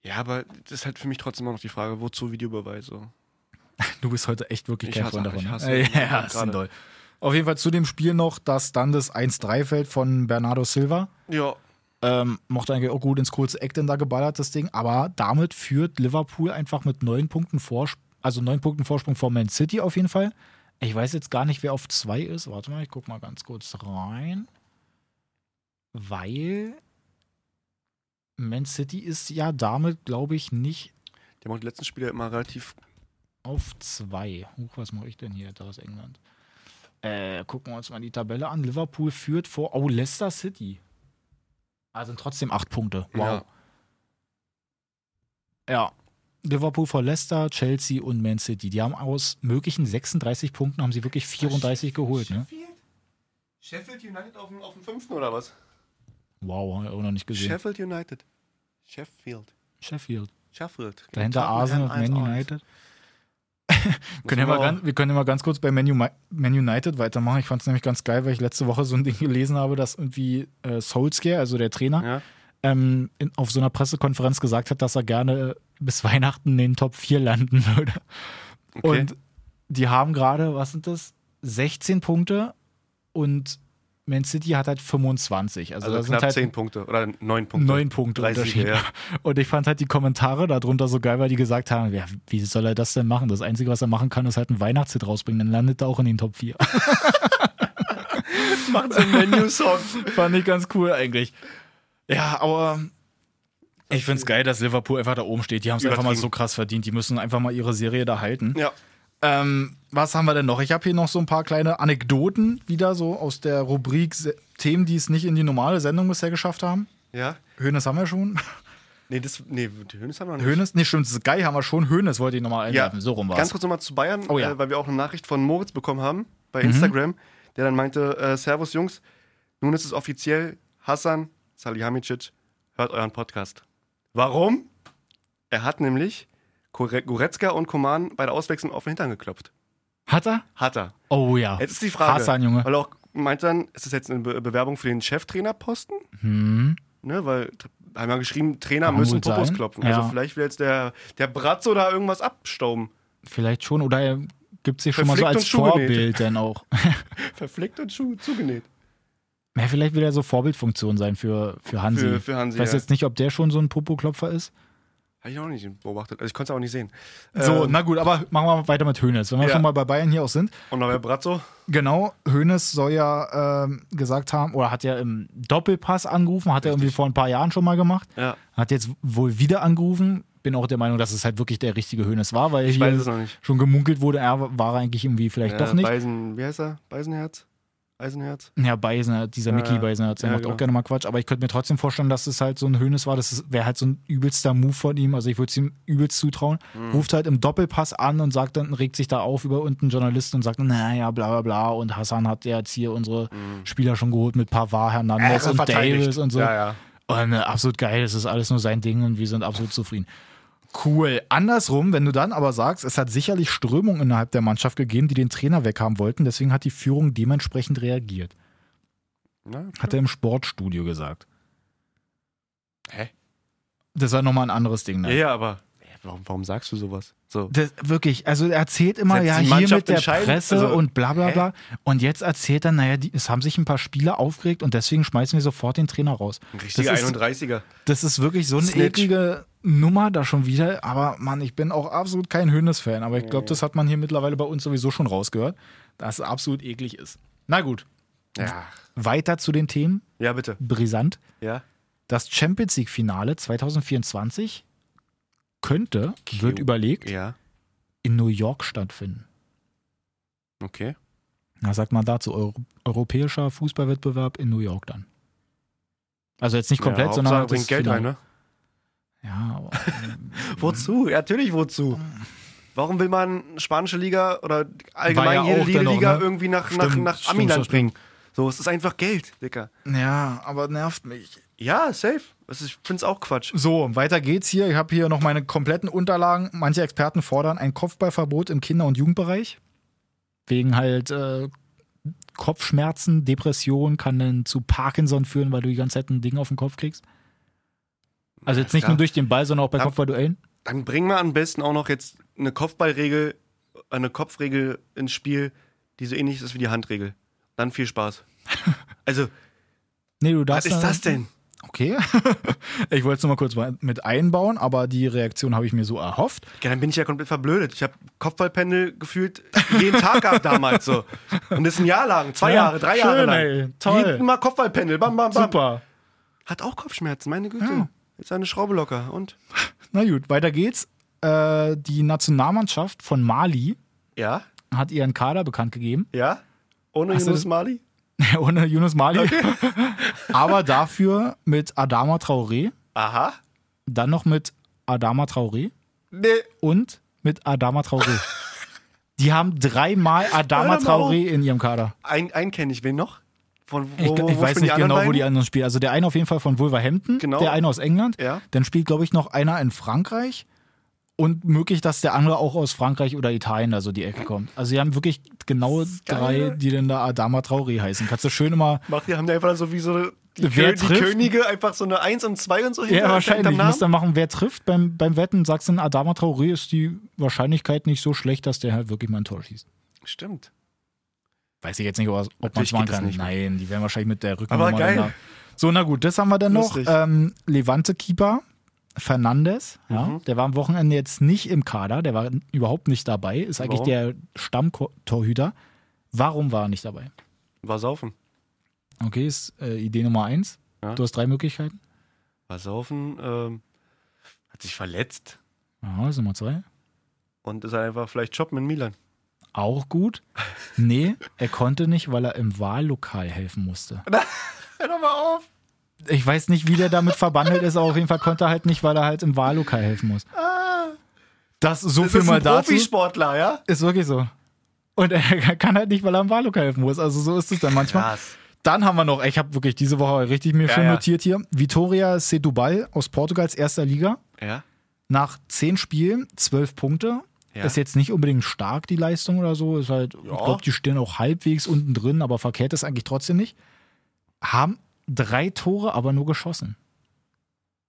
Ja, aber das ist halt für mich trotzdem immer noch die Frage, wozu Videobeweise?
Du bist heute echt wirklich
Ich
kein
hasse-
Freund davon.
ich
ne?
hasse-
Äh,
ich hasse
ja, ist ein
gerade.
doll. Auf jeden Fall zu dem Spiel noch, dass dann das 1-3 fällt von Bernardo Silva.
Ja.
Ähm, mochte eigentlich auch gut ins kurze Eck denn da geballert, das Ding. Aber damit führt Liverpool einfach mit neun Punkten Vorsprung, also neun Punkten Vorsprung vor Man City auf jeden Fall. Ich weiß jetzt gar nicht, wer auf zwei ist. Warte mal, ich guck mal ganz kurz rein. Weil Man City ist ja damit, glaube ich, nicht
Die haben auch die letzten Spiele immer relativ.
auf zwei. Huch, was mache ich denn hier? Da ist England. Äh, gucken wir uns mal die Tabelle an. Liverpool führt vor. Oh, Leicester City. Also trotzdem acht Punkte. Wow. Ja. Liverpool vor Leicester, Chelsea und Man City. Die haben aus möglichen 36 Punkten haben sie wirklich 34 geholt. Ne?
Sheffield United auf dem, auf dem fünften oder was?
Wow, haben wir auch noch nicht gesehen.
Sheffield United. Sheffield.
Sheffield.
Sheffield.
Dahinter Arsenal und Man United. Können wir, mal ganz, wir können ja mal ganz kurz bei Man, Umi- Man United weitermachen. Ich fand es nämlich ganz geil, weil ich letzte Woche so ein Ding gelesen habe, dass irgendwie äh, Solskjaer, also der Trainer,
Ja.
ähm, in, auf so einer Pressekonferenz gesagt hat, dass er gerne äh, bis Weihnachten in den Top 4 landen würde.
Okay.
Und die haben gerade, was sind das? 16 Punkte und Man City hat halt 25. Also,
also
das
knapp
sind halt
zehn Punkte oder neun Punkte.
neun Punkte
Drei
Unterschied.
Siege, ja.
Und ich fand halt die Kommentare darunter so geil, weil die gesagt haben, ja, wie soll er das denn machen? Das Einzige, was er machen kann, ist halt einen Weihnachtshit rausbringen. Dann landet er auch in den Top 4.
Macht so ein Menu-Song.
Fand ich ganz cool eigentlich. Ja, aber ich find's geil, dass Liverpool einfach da oben steht. Die haben es einfach mal
Übertrieben.
so krass verdient. Die müssen einfach mal ihre Serie da halten.
ja.
Ähm, was haben wir denn noch? Ich habe hier noch so ein paar kleine Anekdoten wieder so aus der Rubrik Se Themen, die es nicht in die normale Sendung bisher geschafft haben.
Ja.
Hönes haben wir schon.
Nee, das. Nee, Hönes haben wir noch nicht.
Hönes, nee, stimmt, Sky haben wir schon. Hönes wollte ich nochmal
Ja,
einwerfen. So rum war's.
Ganz kurz nochmal zu Bayern,
Oh ja. Mhm.
äh, weil wir auch eine Nachricht von Moritz bekommen haben bei Instagram, der dann meinte: äh, Servus Jungs, nun ist es offiziell, Hassan Salihamidzic hört euren Podcast. Warum? Er hat nämlich Kore- Goretzka und Koman bei der Auswechslung auf den Hintern geklopft.
Hat er?
Hat er.
Oh ja.
Jetzt ist die Frage.
Hassan, Junge.
Weil er auch meint dann, ist das jetzt eine Be Bewerbung für den Cheftrainerposten?
Hm.
Ne, weil t- haben ja geschrieben, Trainer
Kann
müssen
gut
Popos
sein.
klopfen.
Ja.
Also vielleicht will jetzt der, der Bratzo da irgendwas abstauben.
Vielleicht schon. Oder er gibt sich schon mal so
Verflixt
als
und Schuhe näht.
Vorbild dann auch.
Verflickt und Schuh zugenäht.
Ja, vielleicht will er so Vorbildfunktion sein für, für Hansi.
Für- für Hansi,
Ich weiß
ja.
jetzt nicht, ob der schon so ein Popoklopfer ist.
Habe ich auch nicht beobachtet. Also ich konnte es auch nicht sehen.
So,
Ähm,
na gut, aber machen wir weiter mit Hönes. Wenn wir
Ja.
schon mal bei Bayern hier auch sind.
und noch mehr Bratzo.
Genau, Hoeneß soll ja ähm, gesagt haben, oder hat ja im Doppelpass angerufen, hat er irgendwie vor ein paar Jahren schon mal gemacht.
Ja.
Hat jetzt wohl wieder angerufen. Bin auch der Meinung, dass es halt wirklich der richtige Hoeneß war, weil
weiß es
hier
noch nicht. Äh,
schon gemunkelt wurde, er war eigentlich irgendwie vielleicht doch nicht.
Beisen, wie heißt er? Beisenherz? Eisenherz?
ja, Beisner, dieser
Ja,
Mickey
ja.
Beisner, der
Ja,
macht
genau.
auch gerne mal Quatsch, aber ich könnte mir trotzdem vorstellen, dass es halt so ein Hoeneß war, das wäre halt so ein übelster Move von ihm, also ich würde es ihm übelst zutrauen.
Mhm.
Ruft halt im Doppelpass an und sagt dann, regt sich da auf über unten einen Journalisten und sagt, naja, bla bla bla und Hassan hat ja jetzt hier unsere Spieler schon geholt mit Pavard, Hernandez
Ehre
und
Mhm. Äh, verteidigt.
Davis und so.
Ja, ja.
Und äh, absolut geil, das ist alles nur sein Ding und wir sind absolut zufrieden. Cool. Andersrum, wenn du dann aber sagst, es hat sicherlich Strömung innerhalb der Mannschaft gegeben, die den Trainer weghaben wollten, deswegen hat die Führung dementsprechend reagiert.
Na,
Hat er im Sportstudio gesagt.
Hä?
Das war nochmal ein anderes Ding.
Ja,
Ne?
ja, aber ja, warum, warum sagst du sowas? So.
Das, wirklich, also er erzählt immer,
Setzt
ja,
die
hier
Mannschaft
mit der
entscheidend?
Presse
Also,
und bla bla bla. Und jetzt erzählt er, naja, die, es haben sich ein paar Spieler aufgeregt und deswegen schmeißen wir sofort den Trainer raus.
Ein
Das
richtiger
ist,
31er.
das ist wirklich so eine
Snitch.
eklige Nummer da schon wieder. Aber Mann, ich bin auch absolut kein Hönes-Fan. Aber ich glaube, das hat man hier mittlerweile bei uns sowieso schon rausgehört, dass es absolut eklig ist. Na gut,
Ja.
weiter zu den Themen.
ja, bitte.
Brisant.
Ja.
Das Champions League Finale 2024 könnte, wird überlegt,
Ja.
in New York stattfinden.
Okay.
Na, sagt man dazu, Euro europäischer Fußballwettbewerb in New York dann. Also jetzt nicht komplett,
ja,
sondern
Hauptsache
halt
bringt
das
Geld
Finale.
rein, ne?
Ja, aber Mhm.
Wozu? Natürlich wozu? Warum will man spanische Liga oder allgemein
ja
jede
auch
jede
dennoch,
Liga
ne?
irgendwie nach, nach,
Stimmt,
nach
stimmt,
Amiland
stimmt.
bringen? So, es ist einfach Geld, Dicker.
ja, aber nervt mich.
Ja, safe. Es ist- Ich find's auch Quatsch.
So, weiter geht's hier. Ich habe hier noch meine kompletten Unterlagen. Manche Experten fordern ein Kopfballverbot im Kinder- und Jugendbereich. Wegen halt äh, Kopfschmerzen, Depression kann dann zu Parkinson führen, weil du die ganze Zeit ein Ding auf den Kopf kriegst. Also jetzt nicht
klar.
nur durch den Ball, sondern auch bei
Ja.
Kopfballduellen.
Dann bringen wir am besten auch noch jetzt eine Kopfballregel, eine Kopfregel ins Spiel, die so ähnlich ist wie die Handregel. Dann viel Spaß. Also,
Nee, du
was
darfst
ist
dann-
das denn?
Okay. ich wollte es nur mal kurz mit einbauen, aber die Reaktion habe ich mir so erhofft.
Ja, dann bin ich ja komplett verblödet. Ich habe Kopfballpendel gefühlt jeden Tag gehabt damals so. Und das ein Jahr lang, zwei
Ja,
Jahre, drei
schön,
Jahre lang.
ey. Toll.
Jeden Mal Kopfballpendel, bam, bam, bam.
Super.
Hat auch Kopfschmerzen, meine Güte.
Ja.
Ist eine Schraube locker und
Na gut, weiter geht's. Äh, die Nationalmannschaft von Mali
ja,
hat ihren Kader bekannt gegeben.
ja. Ohne
Hast du
Yunus
das-
Mali.
Ohne Yunus Mali. Aber dafür mit Adama Traoré,
Aha.
dann noch mit Adama Traoré
Nee.
und mit Adama Traoré. Die haben dreimal Adama
Hör doch mal auf.
Traoré in ihrem Kader.
Ein, einen kenne ich, wen noch? Von wo,
Ich,
wo, wo
ich weiß
spielen
nicht genau, wo die
anderen
anderen spielen. Also der eine auf jeden Fall von Wolverhampton,
Genau.
der eine aus England.
Ja.
Dann spielt, glaube ich, noch einer in Frankreich. Und möglich, dass der andere auch aus Frankreich oder Italien, also die Ecke kommt. Also, die haben wirklich genau
geil,
drei,
ne?
die dann da Adama Traoré heißen. Kannst du schön immer.
Macht, die haben da einfach so wie so die,
Wer
Kö die
trifft?
Könige einfach so eine Eins und zwei und so
Ja,
hinter-
wahrscheinlich.
hinterm
Du musst
Namen.
dann machen, wer trifft beim, beim Wetten. Sagst du, Adama Traoré ist die Wahrscheinlichkeit nicht so schlecht, dass der halt wirklich mal ein Tor schießt.
Stimmt.
Weiß ich jetzt nicht, ob, ob man
Natürlich
es machen
geht das
kann.
nicht mehr.
Nein, die werden wahrscheinlich mit der Rückennummer.
Aber geil.
dann da- So, na gut, das haben wir dann noch.
Lustig.
Ähm, Levante-Keeper Fernandes, ja,
Mhm.
der war am Wochenende jetzt nicht im Kader, der war n- überhaupt nicht dabei, ist eigentlich
Warum?
der Stammtorhüter. Warum war er nicht dabei?
War saufen.
Okay, ist äh, Idee Nummer eins.
Ja.
Du hast drei Möglichkeiten.
War saufen, ähm, hat sich verletzt
Ja, ist Nummer zwei.
und ist einfach vielleicht shoppen in Milan.
Auch gut. Nee, er konnte nicht, weil er im Wahllokal helfen musste.
Hör doch mal auf!
Ich weiß nicht, wie der damit verbandelt ist, aber auf jeden Fall konnte er halt nicht, weil er halt im Wahllokal helfen muss. Das so
Das
viel
ist
mal
ein
dazu.
Profisportler, ja?
Ist wirklich so. Und er kann halt nicht, weil er im Wahllokal helfen muss. Also so ist es dann manchmal.
Krass.
Dann haben wir noch, ich habe wirklich diese Woche richtig mir
Ja,
schon
ja.
notiert hier, Vitoria Setubal aus Portugals erster Liga.
Ja?
Nach zehn Spielen, zwölf Punkte.
Ja.
Ist jetzt nicht unbedingt stark, die Leistung oder so. Ist halt, ich glaube, die stehen auch halbwegs unten drin, aber verkehrt ist eigentlich trotzdem nicht. Haben drei Tore, aber nur geschossen.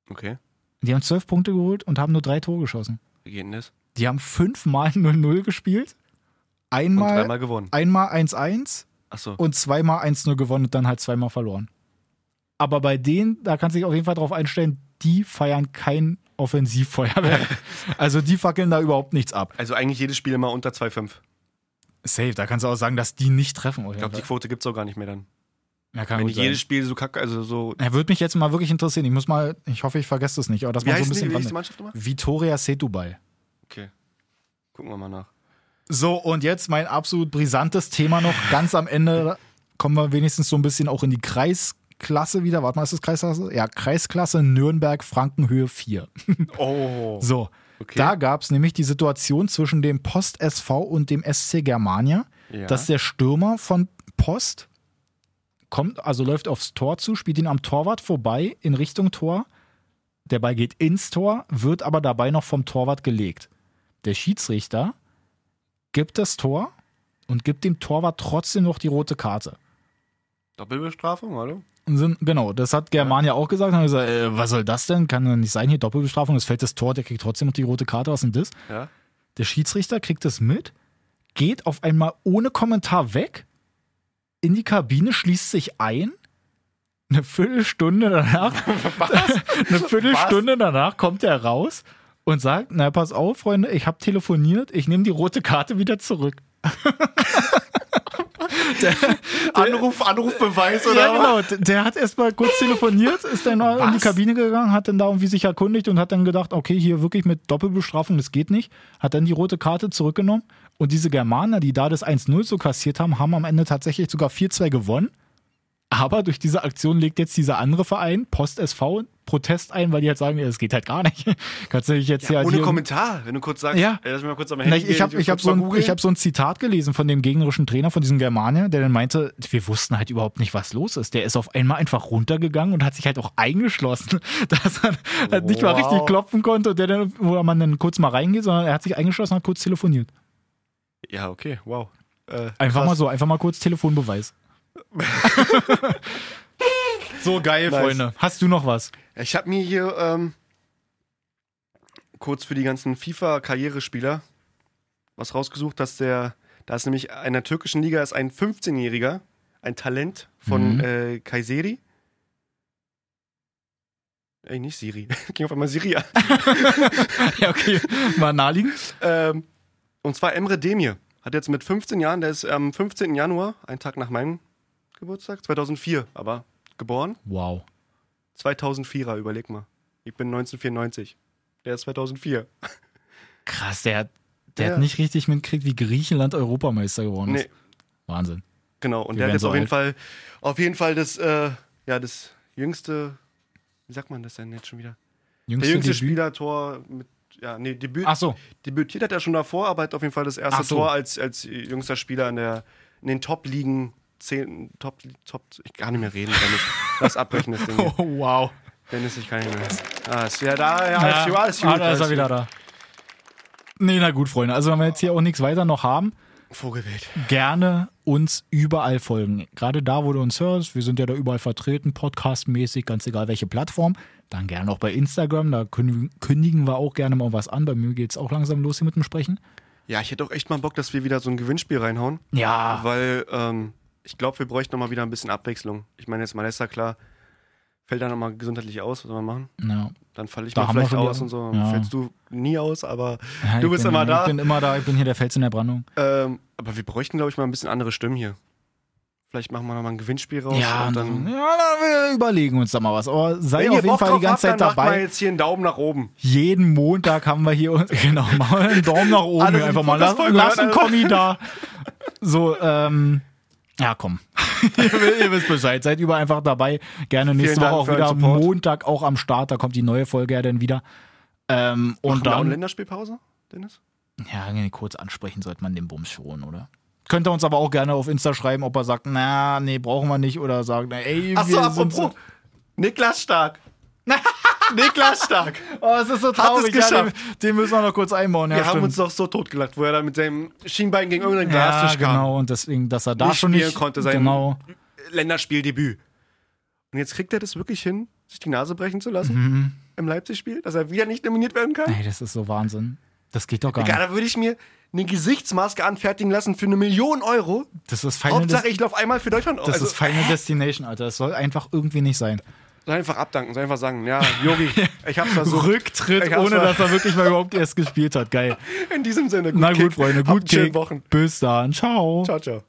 Okay.
Die haben zwölf Punkte geholt und haben nur drei Tore geschossen.
Wie geht denn das?
Die haben fünfmal 0-0 gespielt.
Und
Einmal
dreimal gewonnen.
einmal 1-1
Achso.
und zweimal 1-0 gewonnen und dann halt zweimal verloren. Aber bei denen, da kannst du dich auf jeden Fall drauf einstellen, die feiern kein Offensivfeuerwerk. also die fackeln da überhaupt nichts ab.
Also eigentlich jedes Spiel immer unter 2,5. Ich
Safe, da kannst du auch sagen, dass die nicht treffen. Oder?
glaube, die Quote gibt's auch gar nicht mehr dann.
ja, ne? kann
Wenn
gut sein.
jedes Spiel so kacke, also so.
Ja, würde mich jetzt mal wirklich interessieren. Ich muss mal, ich hoffe, ich vergesse das nicht, aber dass
Wie
man so ein
heißt die,
bisschen
wie
dran
hieß die
ist.
Mannschaft nochmal?
Vitoria Setubal.
Okay. Gucken wir mal nach.
So, und jetzt mein absolut brisantes Thema noch. Ganz am Ende kommen wir wenigstens so ein bisschen auch in die Kreisklasse wieder. Warte mal, ist das Kreisklasse? Ja, Kreisklasse Nürnberg, Frankenhöhe 4.
Oh.
So,
Okay.
da gab es nämlich die Situation zwischen dem Post-SV und dem SC Germania,
Ja.
dass der Stürmer von Post kommt, also läuft aufs Tor zu, spielt ihn am Torwart vorbei in Richtung Tor. Der Ball geht ins Tor, wird aber dabei noch vom Torwart gelegt. Der Schiedsrichter gibt das Tor und gibt dem Torwart trotzdem noch die rote Karte.
Doppelbestrafung, hallo?
sind, genau, das hat Germania auch gesagt. Haben gesagt, äh, was soll das denn? Kann doch nicht sein, hier Doppelbestrafung, es fällt das Tor, der kriegt trotzdem noch die rote Karte, was denn das?
Ja.
Der Schiedsrichter kriegt das mit, geht auf einmal ohne Kommentar weg, in die Kabine, schließt sich ein. Eine Viertelstunde danach, eine Viertelstunde danach kommt er raus und sagt: Na, pass auf, Freunde, ich habe telefoniert, ich nehme die rote Karte wieder zurück.
Anruf, Anrufbeweis oder
Ja,
was?
genau. D- Der hat erstmal kurz telefoniert, ist dann mal in die
Was?
Kabine gegangen, hat dann da irgendwie sich erkundigt und hat dann gedacht, okay, hier wirklich mit Doppelbestrafung, das geht nicht. Hat dann die rote Karte zurückgenommen. Und diese Germaner, die da das 1-0 so kassiert haben, haben am Ende tatsächlich sogar 4-2 gewonnen. Aber durch diese Aktion legt jetzt dieser andere Verein, Post SV, Protest ein, weil die halt sagen, es geht halt gar nicht. Kannst du dich jetzt ja, hier
Ohne
hier
Kommentar, wenn du kurz sagst,
Ja.
ey, lass mich mal kurz am
na,
Handy
ich ich habe
gehen,
ich hab
kurz
so,
mal
ein-
googeln.
ich hab so ein Zitat gelesen von dem gegnerischen Trainer, von diesem Germanier, der dann meinte, wir wussten halt überhaupt nicht, was los ist. Der ist auf einmal einfach runtergegangen und hat sich halt auch eingeschlossen, dass er halt nicht mal richtig
Wow.
klopfen konnte, und der dann, wo man dann kurz mal reingeht, sondern er hat sich eingeschlossen und hat kurz telefoniert.
Ja, okay, wow. Äh,
Einfach mal so, einfach mal kurz Telefonbeweis. so geil,
Nice.
Freunde. Hast du noch was?
ich habe mir hier ähm, kurz für die ganzen FIFA-Karrierespieler was rausgesucht, dass der, da ist nämlich in der türkischen Liga ist ein 15-Jähriger, ein Talent von
Mhm.
äh, Kayseri. Ey, nicht Siri. Ging auf einmal Siri an.
ja, okay. Mal naheliegen.
Ähm, und zwar Emre Demir. Hat jetzt mit 15 Jahren, der ist am 15. Januar, einen Tag nach meinem Geburtstag, 2004 aber, geboren.
Wow.
2004er, überleg mal. Ich bin 1994. Der ist 2004.
Krass, der hat, der
Ja.
hat nicht richtig mitgekriegt, wie Griechenland Europameister geworden ist.
Nee,
Wahnsinn.
genau. Und der
Wir werden
hat jetzt
so
auf jeden Fall, auf jeden Fall das, äh, ja, das jüngste, wie sagt man das denn jetzt schon wieder? Der
Jüngste,
jüngste
Debüt?
Spielertor mit, ja, nee, Debüt,
Ach so,
debütiert hat er schon davor, aber hat auf jeden Fall das erste
Ach so.
Tor als, als jüngster Spieler in, der, in den Top-Ligen, zehn, Top, Top, ich kann nicht mehr reden, Dennis. Lass abbrechen das Ding
Oh.
hier.
wow.
Dennis, ich kann nicht mehr. Ah, ist wieder da, ja,
Ja,
ist gut, alles gut.
ah, da ist
alles
er wieder
gut.
da. Nee, na gut, Freunde. Also, wenn wir jetzt hier auch nichts weiter noch haben,
Vogelwild.
gerne uns überall folgen. Gerade da, wo du uns hörst, wir sind ja da überall vertreten, podcastmäßig, ganz egal welche Plattform. Dann gerne auch bei Instagram, da kün- kündigen wir auch gerne mal was an. Bei mir geht's auch langsam los hier mit dem Sprechen.
Ja, ich hätte auch echt mal Bock, dass wir wieder so ein Gewinnspiel reinhauen,
Ja,
weil ähm, ich glaube, wir bräuchten nochmal wieder ein bisschen Abwechslung. Ich meine, jetzt Malessa, klar, fällt da nochmal gesundheitlich aus, was soll man machen?
ja.
Dann falle ich
Da
mal
haben wir
vielleicht
schon
aus
wieder-
und so.
ja.
Fällst du nie aus, aber
Ja,
du
ich
bist
bin,
immer da.
Ich bin immer da, ich bin hier der Fels in der Brandung.
Ähm, aber wir bräuchten, glaube ich, mal ein bisschen andere Stimmen hier. Vielleicht machen wir nochmal ein Gewinnspiel raus.
ja,
und
dann,
dann,
ja, wir überlegen uns da mal was. Aber sei
wenn ihr
auf jeden
Bock
Fall
drauf
die ganze
habt,
Zeit
dann macht mal
dabei.
jetzt hier einen Daumen nach oben.
Jeden Montag haben wir hier uns, genau, machen wir einen Daumen nach oben.
Alle
hier
sind
einfach mal
das
lass,
voll
lass einen
gehört,
Kommi da. So, ähm, ja, komm. ihr, wi- ihr wisst Bescheid, seid über einfach dabei. Gerne nächste
Vielen
Woche
Dank
auch
für
wieder.
euren Support.
Montag auch am Start, da kommt die neue Folge ja dann wieder. Ähm,
Machen
und
wir auch eine
dann,
Länderspielpause, Dennis?
ja, nee, kurz ansprechen sollte man den Bums schon, oder? Könnt ihr uns aber auch gerne auf Insta schreiben, ob er sagt, na, nee, brauchen wir nicht, oder sagt, na, ey,
Achso,
wir sind
apropos.
so.
Niklas Stark. Niklas Stark.
Oh, es ist so traurig,
es
ja, den, den müssen wir noch kurz einbauen. Ja,
Wir
stimmt.
haben uns doch so totgelacht, wo er da mit seinem Schienbein gegen irgendeinen
Ja,
Glastisch kam.
genau, und deswegen, dass er da
Nicht
schon nicht
spielen konnte, sein-
genau,
Länderspieldebüt. Und jetzt kriegt er das wirklich hin, sich die Nase brechen zu lassen
Mhm.
im Leipzig-Spiel, dass er wieder nicht nominiert werden kann?
ey, das ist so Wahnsinn. Das geht doch gar
Ja,
nicht.
da würde ich mir eine Gesichtsmaske anfertigen lassen für eine Million Euro.
Das ist Final, Des
Hauptsache, ich laufe einmal für Deutschland aus.
das
Also,
ist Final Destination, Alter. Das soll einfach irgendwie nicht sein.
soll einfach abdanken, soll einfach sagen, ja, Yogi, ich hab's versucht.
Rücktritt,
Ich hab's
ohne
ver-
dass er wirklich mal überhaupt erst gespielt hat. Geil.
In diesem Sinne, gut
Na gut,
Kick.
Freunde,
Habt
gut
einen schönen
Kick.
Wochen.
Bis dann. Ciao.
Ciao, ciao.